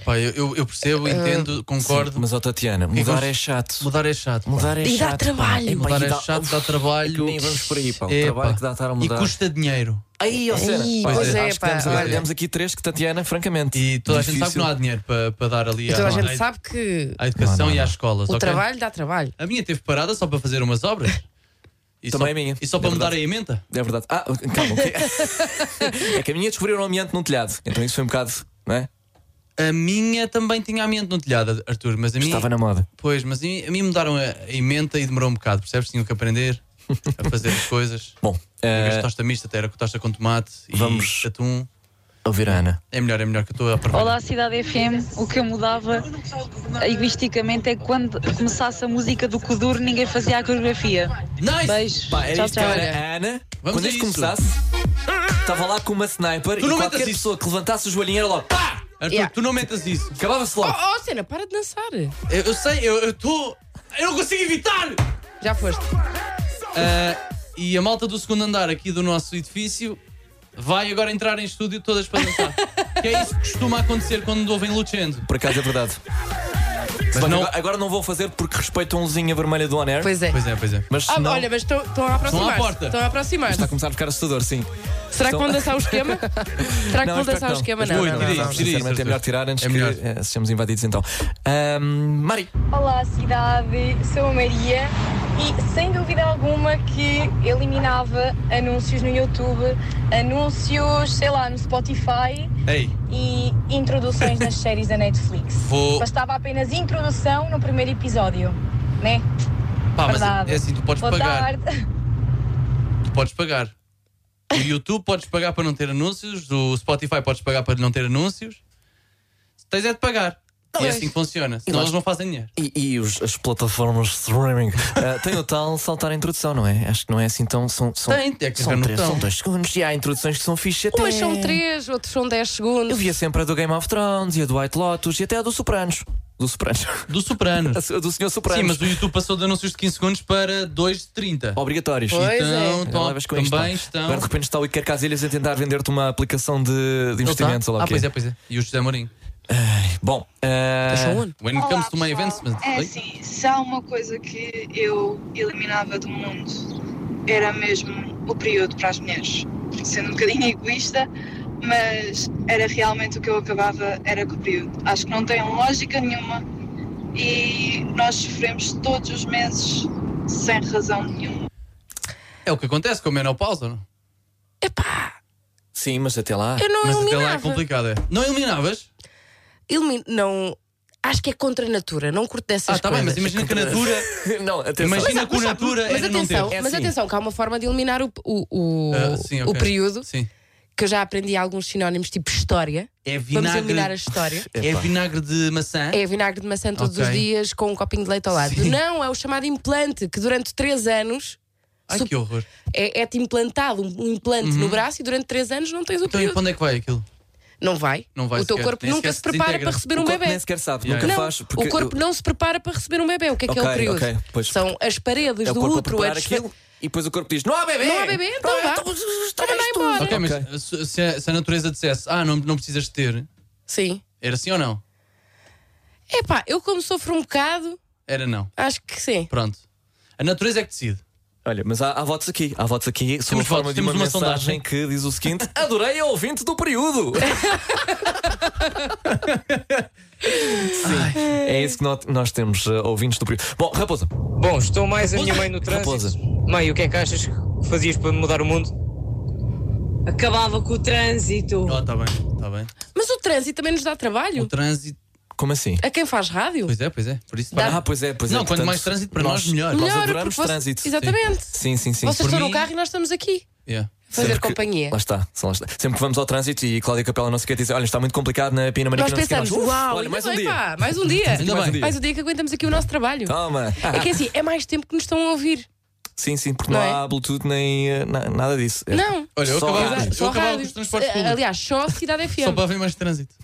[SPEAKER 4] Pá, eu- eu, eu percebo, entendo, concordo.
[SPEAKER 3] mas, ó Tatiana, mudar é chato.
[SPEAKER 4] Mudar é chato.
[SPEAKER 3] Mudar é
[SPEAKER 4] E dá
[SPEAKER 3] chato,
[SPEAKER 4] trabalho.
[SPEAKER 3] pá. Epá,
[SPEAKER 4] Mudar
[SPEAKER 3] e
[SPEAKER 4] é chato, dá trabalho.
[SPEAKER 3] Nem vamos por aí, pá. O
[SPEAKER 4] Epá.
[SPEAKER 3] trabalho que dá a estar a mudar.
[SPEAKER 4] E custa dinheiro.
[SPEAKER 3] Aí, ou seja,
[SPEAKER 4] Ih, pois é,
[SPEAKER 3] acho
[SPEAKER 4] pá,
[SPEAKER 3] que demos,
[SPEAKER 4] olha.
[SPEAKER 3] demos aqui três que Tatiana, francamente.
[SPEAKER 4] E toda a gente sabe que não há dinheiro para, para dar ali
[SPEAKER 3] Toda a
[SPEAKER 5] Então gente
[SPEAKER 4] à-
[SPEAKER 5] sabe que
[SPEAKER 4] à educação
[SPEAKER 3] Não, não,
[SPEAKER 4] e às
[SPEAKER 3] não.
[SPEAKER 4] escolas.
[SPEAKER 5] o
[SPEAKER 4] ok?
[SPEAKER 5] trabalho dá trabalho.
[SPEAKER 4] A minha teve parada só para fazer umas obras. E
[SPEAKER 3] Também
[SPEAKER 4] só,
[SPEAKER 3] é minha.
[SPEAKER 4] E só
[SPEAKER 3] É
[SPEAKER 4] para mudar
[SPEAKER 3] verdade.
[SPEAKER 4] a emenda.
[SPEAKER 3] É verdade. Ah, calma, ok. é que a minha descobriu um amianto num telhado. Então isso foi um bocado, não é?
[SPEAKER 4] A minha também tinha amianto no telhado, Arthur, mas a minha.
[SPEAKER 3] Estava na moda.
[SPEAKER 4] Pois, mas a mim, a mim mudaram a, a emenda e demorou um bocado, percebes? Tinham que aprender a fazer as coisas.
[SPEAKER 3] Bom, eh,
[SPEAKER 4] Em vez de tosta mista, até era com tosta com tomate e atum.
[SPEAKER 3] Ouvir a Ana.
[SPEAKER 4] É melhor, é melhor que eu estou a aproveitar.
[SPEAKER 12] Olá, Cidade FM. O que eu mudava egoisticamente é que quando começasse a música do Kuduro, ninguém fazia a coreografia.
[SPEAKER 4] Nice!
[SPEAKER 12] Beijos.
[SPEAKER 3] Pá,
[SPEAKER 4] é
[SPEAKER 3] era
[SPEAKER 12] tchau,
[SPEAKER 3] isto que
[SPEAKER 12] tchau.
[SPEAKER 3] era a Ana.
[SPEAKER 12] Vamos
[SPEAKER 3] Quando
[SPEAKER 12] a
[SPEAKER 3] isto
[SPEAKER 12] isso.
[SPEAKER 3] começasse, estava lá com uma sniper
[SPEAKER 4] Tu
[SPEAKER 3] e
[SPEAKER 4] não metas
[SPEAKER 3] qualquer pessoa que levantasse o joelhinho era logo pá!
[SPEAKER 4] Arthur, tu não metas isso.
[SPEAKER 3] Acabava-se
[SPEAKER 5] Oh,
[SPEAKER 3] logo.
[SPEAKER 5] oh, Cena, para de dançar.
[SPEAKER 4] Eu, eu sei, eu estou. Eu não consigo evitar!
[SPEAKER 5] Já foste.
[SPEAKER 4] Ah, e a malta do segundo andar aqui do nosso edifício vai agora entrar em estúdio todas para dançar. que é isso que costuma acontecer quando ouvem Lucendo.
[SPEAKER 3] Por acaso é verdade.
[SPEAKER 4] Mas
[SPEAKER 3] Bem,
[SPEAKER 4] não-
[SPEAKER 3] agora, agora não vou fazer porque respeito a um luzinha vermelha do On Air.
[SPEAKER 5] Pois é.
[SPEAKER 4] Pois é, pois é.
[SPEAKER 3] Mas
[SPEAKER 5] Ah,
[SPEAKER 3] senão-
[SPEAKER 5] Olha, mas estão estão a aproximar.
[SPEAKER 3] porta.
[SPEAKER 5] Estão a aproximar.
[SPEAKER 3] Está a começar a ficar assustador, sim.
[SPEAKER 5] Será que
[SPEAKER 3] Estão-
[SPEAKER 5] vão
[SPEAKER 4] Então-
[SPEAKER 5] dançar o esquema? Será que
[SPEAKER 3] Não,
[SPEAKER 5] vão
[SPEAKER 3] espero
[SPEAKER 5] dançar o
[SPEAKER 3] não.
[SPEAKER 5] esquema?
[SPEAKER 3] Mas
[SPEAKER 5] Não,
[SPEAKER 3] boa,
[SPEAKER 5] não,
[SPEAKER 3] tira
[SPEAKER 5] não,
[SPEAKER 3] isso,
[SPEAKER 5] não.
[SPEAKER 3] tira isso, Sinceramente, é melhor tirar antes que eh, sejamos invadidos então. Ahm, Mari.
[SPEAKER 13] Olá, cidade, sou a Maria e sem dúvida alguma que eliminava anúncios no YouTube, anúncios, sei lá, no Spotify
[SPEAKER 4] Ei,
[SPEAKER 13] e introduções nas séries da Netflix.
[SPEAKER 4] Vou-
[SPEAKER 13] Bastava apenas introdução no primeiro episódio, né?
[SPEAKER 4] pá, mas
[SPEAKER 13] Verdade.
[SPEAKER 4] é assim, tu podes
[SPEAKER 13] Boa
[SPEAKER 4] pagar.
[SPEAKER 13] tarde.
[SPEAKER 4] Tu podes pagar. O YouTube podes pagar para não ter anúncios, o Spotify podes pagar para não ter anúncios. Tens é de pagar. e é assim que funciona. Senão eles não fazem dinheiro.
[SPEAKER 3] E, e os- as plataformas de streaming Ah, Tem o tal saltar a introdução, não é? Acho que não é assim tão. São, são,
[SPEAKER 5] Tem,
[SPEAKER 4] é
[SPEAKER 5] tem que
[SPEAKER 3] são
[SPEAKER 5] haver no
[SPEAKER 3] três,
[SPEAKER 5] botão.
[SPEAKER 3] são dois segundos e há introduções que são fixe até.
[SPEAKER 5] Umas são 3, outros são 10 segundos.
[SPEAKER 3] Eu via sempre a do Game of Thrones e a do White Lotus e até a do Sopranos. Do Sopranos.
[SPEAKER 4] Do Sopranos.
[SPEAKER 3] A do Senhor Sopranos.
[SPEAKER 4] Sim, mas o YouTube passou de anúncios de 15 segundos para 2 de 30.
[SPEAKER 3] Obrigatórios.
[SPEAKER 4] então,
[SPEAKER 3] Agora
[SPEAKER 4] top,
[SPEAKER 3] levas com isto.
[SPEAKER 4] também estão.
[SPEAKER 3] Agora de repente está o Iker Casilhas a tentar vender-te uma aplicação de, de
[SPEAKER 4] Não está?
[SPEAKER 3] investimentos. ou lá o
[SPEAKER 4] Ah,
[SPEAKER 3] quê.
[SPEAKER 4] pois é, pois é. E o José Mourinho.
[SPEAKER 3] Bom, uh...
[SPEAKER 4] When it comes to my investment.
[SPEAKER 14] É
[SPEAKER 4] Ei.
[SPEAKER 14] assim, se há uma coisa que eu eliminava do mundo era mesmo o período para as mulheres. Sendo um bocadinho egoísta, mas era realmente o que eu acabava era com o período. Acho que não tem lógica nenhuma e nós sofremos todos os meses sem razão nenhuma.
[SPEAKER 4] É o que acontece com a menopausa, não? é?
[SPEAKER 3] Sim, mas até lá.
[SPEAKER 5] Eu não
[SPEAKER 4] mas até lá é
[SPEAKER 5] eliminava.
[SPEAKER 4] complicado, é. Não eliminavas?
[SPEAKER 5] Elimi- Não. Acho que é contra a natura, não curto dessas
[SPEAKER 4] Ah, tá bem,
[SPEAKER 5] coisas.
[SPEAKER 4] mas imagina que a natura.
[SPEAKER 3] não, atenção.
[SPEAKER 4] Imagina
[SPEAKER 5] Mas-
[SPEAKER 4] que a
[SPEAKER 5] mas-
[SPEAKER 4] natura
[SPEAKER 5] mas
[SPEAKER 4] era não ter. É assim.
[SPEAKER 5] atenção, mas atenção, que há uma forma de eliminar o, o, o,
[SPEAKER 4] Ah, sim,
[SPEAKER 5] o
[SPEAKER 4] ok.
[SPEAKER 5] período.
[SPEAKER 4] Sim.
[SPEAKER 5] Que eu já aprendi alguns sinónimos, tipo história.
[SPEAKER 4] É
[SPEAKER 5] Vamos
[SPEAKER 4] vinagre.
[SPEAKER 5] eliminar a história.
[SPEAKER 4] É vinagre de maçã.
[SPEAKER 5] É vinagre de maçã todos
[SPEAKER 4] Ok.
[SPEAKER 5] os dias com um copinho de leite ao lado.
[SPEAKER 4] Sim.
[SPEAKER 5] Não, é o chamado implante, que durante 3 anos
[SPEAKER 4] Ai, que horror.
[SPEAKER 5] é- é-te implantado um um implante
[SPEAKER 3] Uhum.
[SPEAKER 5] no braço e durante 3 anos não tens o
[SPEAKER 4] Então, e
[SPEAKER 5] período.
[SPEAKER 4] para onde é que vai aquilo?
[SPEAKER 5] Não vai.
[SPEAKER 4] Não vai
[SPEAKER 5] o teu
[SPEAKER 4] sequer.
[SPEAKER 5] corpo
[SPEAKER 4] Nem
[SPEAKER 5] nunca
[SPEAKER 4] sequer
[SPEAKER 5] se prepara
[SPEAKER 4] desintegra.
[SPEAKER 5] para receber um
[SPEAKER 4] O corpo
[SPEAKER 5] bebê.
[SPEAKER 4] nem sequer sabe,
[SPEAKER 3] nunca
[SPEAKER 5] não,
[SPEAKER 3] faz, porque é
[SPEAKER 5] o corpo
[SPEAKER 3] eu-
[SPEAKER 5] não se prepara para receber um bebê. O que é que é o
[SPEAKER 3] Ok,
[SPEAKER 5] período?
[SPEAKER 3] ok, pois-
[SPEAKER 5] São as paredes
[SPEAKER 3] É o
[SPEAKER 5] do
[SPEAKER 3] corpo a
[SPEAKER 5] útero.
[SPEAKER 3] preparar
[SPEAKER 5] a desfa-
[SPEAKER 3] aquilo e depois o corpo diz: Não há bebê!
[SPEAKER 5] Não há bebê, então
[SPEAKER 3] Não,
[SPEAKER 5] vá.
[SPEAKER 3] então-
[SPEAKER 5] Então mandar embora.
[SPEAKER 4] Ok, mas se, se a, se a natureza dissesse, ah, não, não precisas ter,
[SPEAKER 5] Sim.
[SPEAKER 4] era sim ou não?
[SPEAKER 5] Epá, eu como sofro um bocado,
[SPEAKER 4] Era não.
[SPEAKER 5] acho que sim.
[SPEAKER 4] Pronto. A natureza é que decide.
[SPEAKER 3] Olha, mas há, há votos aqui, há votos aqui sob a
[SPEAKER 4] Temos
[SPEAKER 3] forma
[SPEAKER 4] votos,
[SPEAKER 3] de uma,
[SPEAKER 4] temos uma
[SPEAKER 3] mensagem
[SPEAKER 4] sondagem.
[SPEAKER 3] que diz o seguinte: Adorei a ouvinte do período! Sim, é isso que nó- nós temos, eh, ouvintes do período. Bom, Raposa.
[SPEAKER 15] Bom, estou mais a minha mãe no trânsito.
[SPEAKER 3] Raposa.
[SPEAKER 15] Mãe, o que é que achas que fazias para mudar o mundo?
[SPEAKER 16] Acabava com o trânsito.
[SPEAKER 4] Ah, tá bem, tá bem.
[SPEAKER 5] Mas o trânsito também nos dá trabalho.
[SPEAKER 4] O trânsito.
[SPEAKER 3] Como assim?
[SPEAKER 5] A quem faz rádio?
[SPEAKER 4] Pois é, pois é. Por isso
[SPEAKER 3] Ah, pois é, pois é.
[SPEAKER 4] Não, quanto mais trânsito para nós, melhor.
[SPEAKER 5] Melhor,
[SPEAKER 3] Nós adoramos
[SPEAKER 5] porque você-
[SPEAKER 3] trânsito. sim.
[SPEAKER 5] Exatamente.
[SPEAKER 3] Sim, sim, sim.
[SPEAKER 5] Vocês estão no carro e nós estamos aqui.
[SPEAKER 4] Yeah.
[SPEAKER 5] Fazer
[SPEAKER 3] Sempre que-
[SPEAKER 5] companhia.
[SPEAKER 3] Lá está, só lá está. Sempre que vamos ao trânsito e Cláudia Capela não se quer dizer, olha, está muito complicado na Pina Maria.
[SPEAKER 5] Nós pensamos, uau,
[SPEAKER 3] olha,
[SPEAKER 5] ainda
[SPEAKER 3] mais um
[SPEAKER 5] bem,
[SPEAKER 3] dia.
[SPEAKER 5] pá, mais um dia.
[SPEAKER 3] Ainda bem.
[SPEAKER 5] Mais um dia que aguentamos aqui o nosso
[SPEAKER 3] Tá.
[SPEAKER 5] trabalho.
[SPEAKER 3] Toma.
[SPEAKER 5] É que assim, é mais tempo que nos estão a ouvir.
[SPEAKER 3] Sim, sim, porque não,
[SPEAKER 5] Não é?
[SPEAKER 3] há Bluetooth nem eh, na- nada disso. É
[SPEAKER 5] Não.
[SPEAKER 3] Olha, eu
[SPEAKER 5] Só
[SPEAKER 3] acabava-
[SPEAKER 5] rádio.
[SPEAKER 4] eu
[SPEAKER 5] Só
[SPEAKER 4] acabava
[SPEAKER 5] rádio.
[SPEAKER 4] com os transportes
[SPEAKER 5] Eh,
[SPEAKER 4] públicos.
[SPEAKER 5] Aliás, só a Cidade FM.
[SPEAKER 4] Só para haver mais trânsito.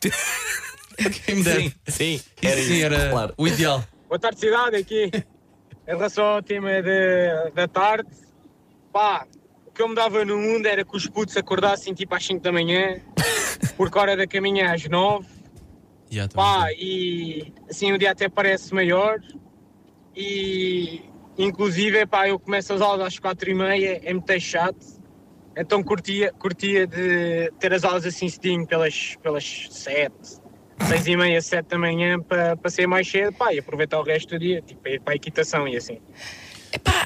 [SPEAKER 4] Quem me dera.
[SPEAKER 3] Sim,
[SPEAKER 4] era o ideal.
[SPEAKER 17] Boa tarde, cidade, aqui. Em relação ao tema é de- da tarde, pá, o que eu me dava no mundo era que os putos acordassem tipo às 5 da manhã, porque a hora da caminha é às 9.
[SPEAKER 4] Yeah,
[SPEAKER 17] Pá, e assim o dia até parece maior. E inclusive, pá, eu começo as aulas às 4 e meia, é muito chato. Então curtia, curtia de ter as aulas assim cedinho, pelas, pelas 7, 6 e meia, 7 da manhã, para pa ser mais cedo, pá, e aproveitar o resto do dia, tipo, ir para a equitação e assim.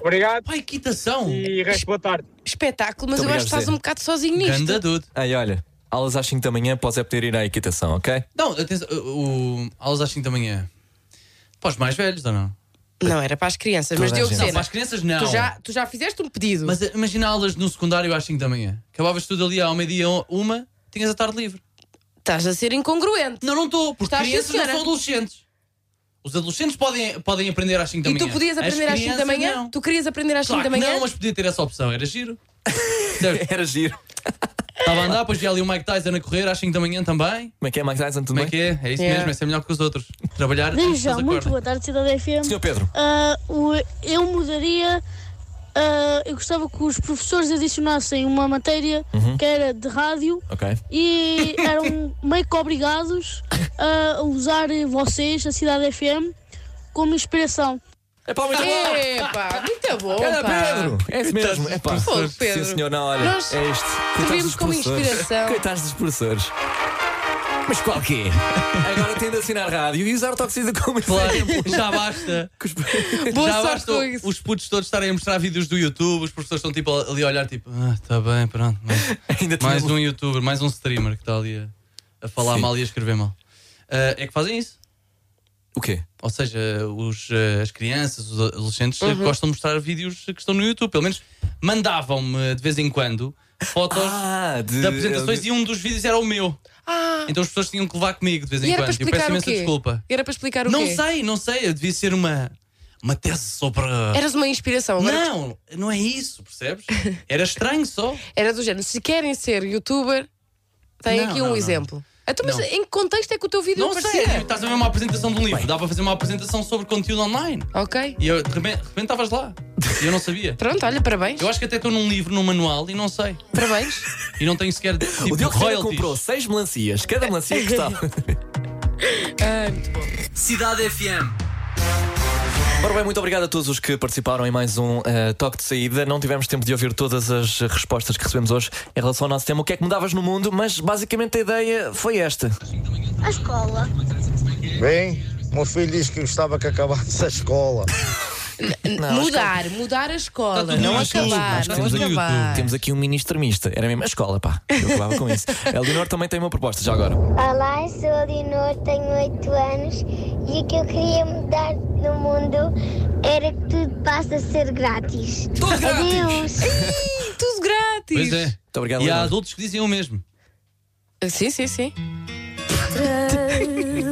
[SPEAKER 17] Obrigado.
[SPEAKER 4] Para a equitação?
[SPEAKER 17] E resto boa tarde.
[SPEAKER 5] Espetáculo, mas
[SPEAKER 3] Muito
[SPEAKER 5] eu acho
[SPEAKER 3] obrigado,
[SPEAKER 5] que estás
[SPEAKER 3] Zé.
[SPEAKER 5] um bocado sozinho nisto.
[SPEAKER 4] dude.
[SPEAKER 3] Ai, olha, aulas às 5 da manhã, podes é poder ir à equitação, ok?
[SPEAKER 4] Não, atenção, o, o, aulas às 5 da manhã. Para os mais velhos ou não?
[SPEAKER 5] Não, era para as crianças,
[SPEAKER 3] mas Diogo
[SPEAKER 4] Não,
[SPEAKER 3] Sena,
[SPEAKER 4] para as crianças não.
[SPEAKER 5] Tu já, tu já fizeste um pedido.
[SPEAKER 4] Mas eh, imagina aulas no secundário às 5 da manhã. Acabavas tudo ali ao meio-dia, um- uma, tinhas a tarde livre.
[SPEAKER 5] Estás a ser incongruente.
[SPEAKER 4] Não, não estou, porque
[SPEAKER 5] Estás
[SPEAKER 4] crianças
[SPEAKER 5] sim,
[SPEAKER 4] não
[SPEAKER 5] senhora.
[SPEAKER 4] são adolescentes. Os adolescentes podem, podem aprender às 5 da
[SPEAKER 5] E
[SPEAKER 4] manhã.
[SPEAKER 5] tu podias
[SPEAKER 4] As
[SPEAKER 5] aprender às 5 da
[SPEAKER 4] crianças,
[SPEAKER 5] manhã?
[SPEAKER 4] não.
[SPEAKER 5] Tu querias aprender às 5
[SPEAKER 4] Claro
[SPEAKER 5] da
[SPEAKER 4] que
[SPEAKER 5] manhã?
[SPEAKER 4] Não, mas podia ter essa opção, era giro.
[SPEAKER 3] Era giro.
[SPEAKER 4] Estava a andar, depois vi ali o Mike Tyson a correr às 5 da manhã também.
[SPEAKER 3] Como é que é, Mike Tyson? Tudo
[SPEAKER 4] Como é que é? É isso
[SPEAKER 3] Yeah.
[SPEAKER 4] mesmo, é ser melhor que os outros. Trabalhar
[SPEAKER 18] Desde
[SPEAKER 4] antes
[SPEAKER 18] já,
[SPEAKER 4] dos
[SPEAKER 18] muito
[SPEAKER 4] acordos.
[SPEAKER 18] boa tarde, Cidade FM.
[SPEAKER 3] Senhor Pedro.
[SPEAKER 18] Ah, o- eu mudaria. ah, eu gostava que os professores adicionassem uma matéria
[SPEAKER 3] Uhum.
[SPEAKER 18] que era de rádio
[SPEAKER 3] Ok.
[SPEAKER 18] e eram meio que obrigados a usar vocês, a Cidade FM, como inspiração.
[SPEAKER 3] Epá, muito
[SPEAKER 5] bom! Epá, muito bom!
[SPEAKER 3] Olha,
[SPEAKER 5] pá.
[SPEAKER 3] Pedro! É isso mesmo, é pá.
[SPEAKER 5] Fogo, Pedro.
[SPEAKER 3] Sim, senhor, não, olha,
[SPEAKER 5] Nós
[SPEAKER 3] é isto.
[SPEAKER 5] servimos
[SPEAKER 3] dos
[SPEAKER 5] como
[SPEAKER 3] professores.
[SPEAKER 5] inspiração.
[SPEAKER 3] Coitados dos professores. Mas qual que é? Agora tem de assinar rádio e usar toxina como
[SPEAKER 4] Claro,
[SPEAKER 3] exemplo.
[SPEAKER 4] já basta. já basta os putos todos estarem a mostrar vídeos do YouTube, os professores estão tipo ali a olhar, tipo, ah, tá bem, pronto. mas- mais um youtuber, mais um streamer que está ali a, a falar
[SPEAKER 3] Sim.
[SPEAKER 4] mal e a escrever mal. Ah, é que fazem isso.
[SPEAKER 3] O quê?
[SPEAKER 4] Ou seja, os, ah, as crianças, os adolescentes eh,
[SPEAKER 3] Uhum.
[SPEAKER 4] gostam de mostrar vídeos que estão no YouTube. Pelo menos mandavam-me de vez em quando fotos
[SPEAKER 3] Ah,
[SPEAKER 4] de, apresentações e um dos vídeos era o meu.
[SPEAKER 5] Ah,
[SPEAKER 4] Então as pessoas tinham que levar comigo de vez
[SPEAKER 5] e
[SPEAKER 4] em
[SPEAKER 5] era para
[SPEAKER 4] quando. Eu peço
[SPEAKER 5] explicar o
[SPEAKER 4] imensa
[SPEAKER 5] quê?
[SPEAKER 4] desculpa.
[SPEAKER 5] Era para explicar o
[SPEAKER 4] não
[SPEAKER 5] quê?
[SPEAKER 4] sei, não sei. Devia ser uma, uma tese sobre.
[SPEAKER 5] Eras uma inspiração. agora-
[SPEAKER 4] Não, não é isso, percebes? Era estranho só.
[SPEAKER 5] Era do género, se querem ser youtuber, tem
[SPEAKER 4] Não,
[SPEAKER 5] aqui
[SPEAKER 4] não,
[SPEAKER 5] um
[SPEAKER 4] não.
[SPEAKER 5] exemplo. Então, mas
[SPEAKER 4] Não.
[SPEAKER 5] em que contexto é que o teu vídeo
[SPEAKER 4] Não sei,
[SPEAKER 5] aparecia?
[SPEAKER 4] estás a ver uma apresentação de um livro. Dá para fazer uma apresentação sobre conteúdo online.
[SPEAKER 5] Ok.
[SPEAKER 4] E eu, de repente de repente estavas lá. E eu não sabia.
[SPEAKER 5] Pronto, olha, parabéns.
[SPEAKER 4] Eu acho que até estou num livro, num manual e não sei.
[SPEAKER 5] Parabéns.
[SPEAKER 4] E não tenho sequer tipo,
[SPEAKER 3] O Diogo Sena
[SPEAKER 4] royalties.
[SPEAKER 3] comprou seis melancias, cada melancia custava.
[SPEAKER 5] É. Ah, muito bom.
[SPEAKER 3] Cidade FM. Ora bem, muito obrigado a todos os que participaram em mais um eh, toque de saída. Não tivemos tempo de ouvir todas as respostas que recebemos hoje em relação ao nosso tema, o que é que mudavas no mundo, mas basicamente a ideia foi esta.
[SPEAKER 9] A escola.
[SPEAKER 19] Bem, o meu filho diz que gostava que acabasse a escola.
[SPEAKER 5] mudar, mudar a escola. Não acabar,
[SPEAKER 3] Acho que
[SPEAKER 5] não
[SPEAKER 3] temos, aqui,
[SPEAKER 5] acabar.
[SPEAKER 3] temos aqui um mini extremista. Era mesmo a escola, pá. Eu acabava com isso. A Leonor também tem uma proposta, já agora.
[SPEAKER 9] Olá, sou a Leonor, tenho 8 anos e o que eu queria mudar no mundo era que tudo passe a ser grátis.
[SPEAKER 5] Tudo
[SPEAKER 4] grátis.
[SPEAKER 9] Adeus.
[SPEAKER 5] tudo grátis.
[SPEAKER 4] Pois é.
[SPEAKER 3] obrigado,
[SPEAKER 4] e há
[SPEAKER 3] Leonor.
[SPEAKER 4] adultos que dizem o mesmo.
[SPEAKER 5] Sim, sim, sim.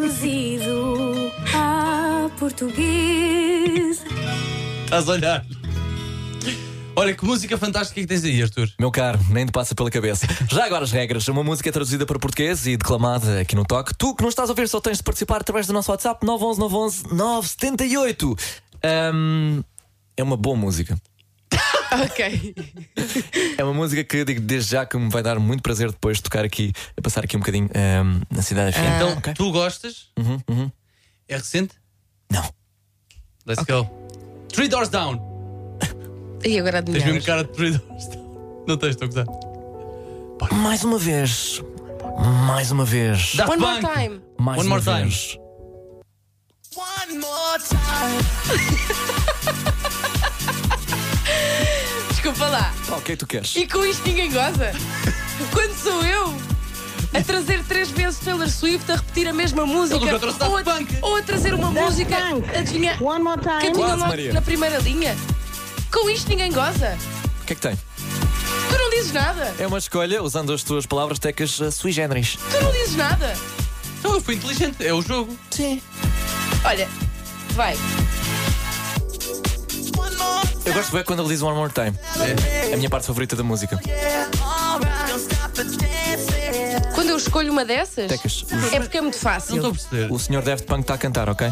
[SPEAKER 20] Traduzido a português.
[SPEAKER 4] Estás a olhar. Olha, que música fantástica é que tens aí, Arthur.
[SPEAKER 3] Meu caro, nem te passa pela cabeça. Já agora as regras. Uma música traduzida para português e declamada aqui no toque. Tu que não estás a ouvir, só tens de participar através do nosso WhatsApp 911 911 978. Ahm, é uma boa música.
[SPEAKER 5] ok.
[SPEAKER 3] É uma música que eu digo desde já que me vai dar muito prazer depois de tocar aqui, a passar aqui um bocadinho ahm, na cidade. FM.
[SPEAKER 4] Então, tu gostas?
[SPEAKER 3] Ah, Uhum, uhum.
[SPEAKER 4] É recente? Não. Let's go. Three Doors Down.
[SPEAKER 5] E agora
[SPEAKER 4] Tens mesmo
[SPEAKER 5] adivinhavas.
[SPEAKER 4] cara de Three Doors Down. Não tens, estou a gozar.
[SPEAKER 3] Mais uma vez. Mais uma vez.
[SPEAKER 4] Daft
[SPEAKER 5] One more
[SPEAKER 4] Punk.
[SPEAKER 5] time.
[SPEAKER 3] Mais
[SPEAKER 4] One
[SPEAKER 3] uma
[SPEAKER 4] more time.
[SPEAKER 3] vez.
[SPEAKER 5] One more time. Desculpa lá.
[SPEAKER 3] Pá, o que é que tu queres?
[SPEAKER 5] E com isto ninguém goza? Quando sou eu a trazer três vezes Taylor Swift a repetir a mesma música
[SPEAKER 4] nunca trouxe
[SPEAKER 5] ou, a, ou a trazer uma música adivinha, que adivinha
[SPEAKER 3] Quase,
[SPEAKER 5] logo
[SPEAKER 3] Maria.
[SPEAKER 5] na primeira linha? Com isto ninguém goza?
[SPEAKER 3] O que é que tem?
[SPEAKER 5] Tu não dizes nada?
[SPEAKER 3] É uma escolha, usando as tuas palavras tecas eh, sui generis.
[SPEAKER 5] Tu não dizes nada?
[SPEAKER 4] Então eu fui inteligente, é o jogo.
[SPEAKER 5] Sim. Olha, vai.
[SPEAKER 3] Eu gosto bem quando ele diz One More Time. É a minha parte favorita da música.
[SPEAKER 5] Quando eu escolho uma dessas?
[SPEAKER 3] Tecas,
[SPEAKER 5] É porque é muito fácil.
[SPEAKER 3] O senhor deve de punk está a cantar, ok?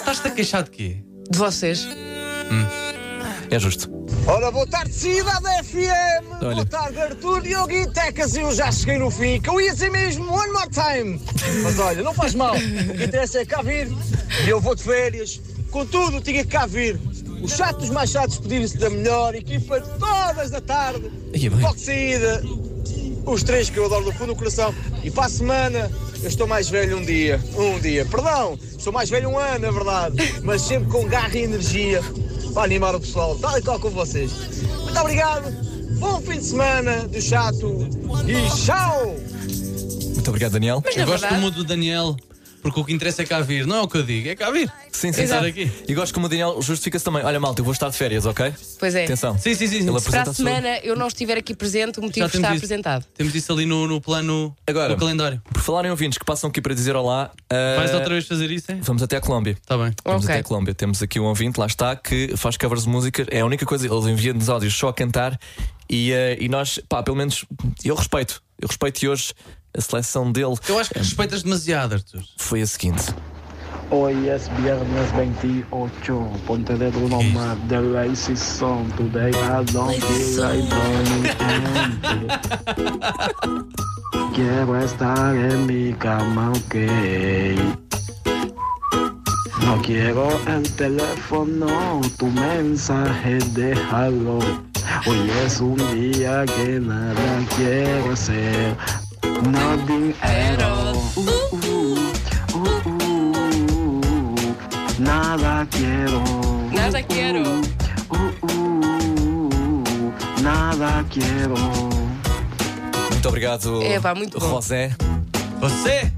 [SPEAKER 4] Estás-te a queixar de quê?
[SPEAKER 5] De vocês.
[SPEAKER 3] É justo.
[SPEAKER 21] Ora, boa tarde, Cidade FM!
[SPEAKER 3] Olha.
[SPEAKER 21] Boa tarde, Arthur, Diogo e Tecas. Eu já cheguei no fim, que eu ia dizer mesmo one more time. Mas olha, não faz mal. O que interessa é cá vir. E eu vou de férias. Contudo, tinha que cá vir. Os chatos mais chatos pediram-se da melhor equipa todas da tarde.
[SPEAKER 3] Ia
[SPEAKER 21] Bloco de saída. Os três que eu adoro do fundo do coração. E para a semana, eu estou mais velho um dia. Um dia, perdão. Estou mais velho um ano, é verdade. Mas sempre com garra e energia. Para animar o pessoal, tal e qual como vocês. Muito obrigado. Bom fim de semana do chato. E tchau!
[SPEAKER 3] Muito obrigado, Daniel.
[SPEAKER 4] Eu gosto do mundo do Daniel, porque o que interessa é cá vir, não é o que eu digo, é cá vir.
[SPEAKER 3] Sim, sim,
[SPEAKER 4] Estar
[SPEAKER 3] sim.
[SPEAKER 4] aqui.
[SPEAKER 3] E gosto como o Daniel justifica-se também. Olha, malta, eu vou estar de férias, ok?
[SPEAKER 5] Pois é.
[SPEAKER 3] Atenção.
[SPEAKER 4] Sim, sim, sim.
[SPEAKER 5] Se
[SPEAKER 3] Ele
[SPEAKER 5] para
[SPEAKER 3] apresenta
[SPEAKER 5] a
[SPEAKER 3] a sua.
[SPEAKER 5] semana eu não estiver aqui presente, o motivo
[SPEAKER 3] Já temos
[SPEAKER 5] está
[SPEAKER 3] isso.
[SPEAKER 5] apresentado.
[SPEAKER 4] Temos isso ali no, no plano,
[SPEAKER 3] Agora,
[SPEAKER 4] no calendário.
[SPEAKER 3] Por falar em ouvintes que passam aqui para dizer olá. eh,
[SPEAKER 4] Vais outra vez fazer isso, é?
[SPEAKER 3] Vamos até a Colômbia. Está bem. Vamos
[SPEAKER 4] Ok.
[SPEAKER 3] até a Colômbia. Temos aqui um ouvinte, lá está, que faz covers de música. É a única coisa, ele envia-nos áudios só a cantar. E, eh, e nós, pá, pelo menos eu respeito. Eu respeito e hoje a seleção dele. Eu acho que respeitas demasiado, Arthur. Foi a seguinte.
[SPEAKER 22] Hoy es viernes 28, ponte de Bruno Mars, The Lazy Song, Today I don't feel like doing anything. Quiero estar en mi cama, ok. No quiero el teléfono, tu mensaje déjalo. Hoy es un día que nada quiero hacer, nothing at all. Uh, uh, Nada quiero.
[SPEAKER 5] Nada quiero.
[SPEAKER 22] Nada quiero.
[SPEAKER 3] Muito obrigado,
[SPEAKER 5] É, pá, muito bom.
[SPEAKER 3] Rosé. Você?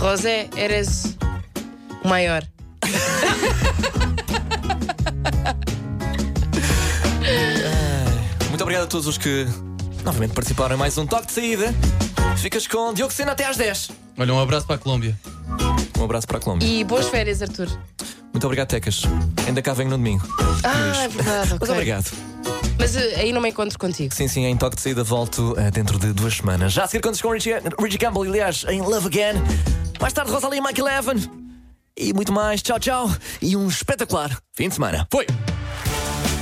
[SPEAKER 5] Rosé, eres o maior.
[SPEAKER 3] Muito obrigado a todos os que novamente participaram em mais um toque de saída. Ficas com Diogo Sena até às 10.
[SPEAKER 4] Olha, um abraço para a Colômbia.
[SPEAKER 3] Um abraço para a Colômbia.
[SPEAKER 5] E boas férias, Arthur.
[SPEAKER 3] Muito obrigado, Tecas. Ainda cá venho no domingo.
[SPEAKER 5] Ah, é verdade.
[SPEAKER 3] Mas
[SPEAKER 5] ok.
[SPEAKER 3] obrigado.
[SPEAKER 5] Mas eh, aí não me encontro contigo.
[SPEAKER 3] Sim, sim, em toque de saída volto eh, dentro de duas semanas. Já a seguir contas com Richie, Richie Campbell, aliás, em Love Again. Mais tarde, Rosalie e Mike Eleven. E muito mais. Tchau, tchau. E um espetacular fim de semana. Foi!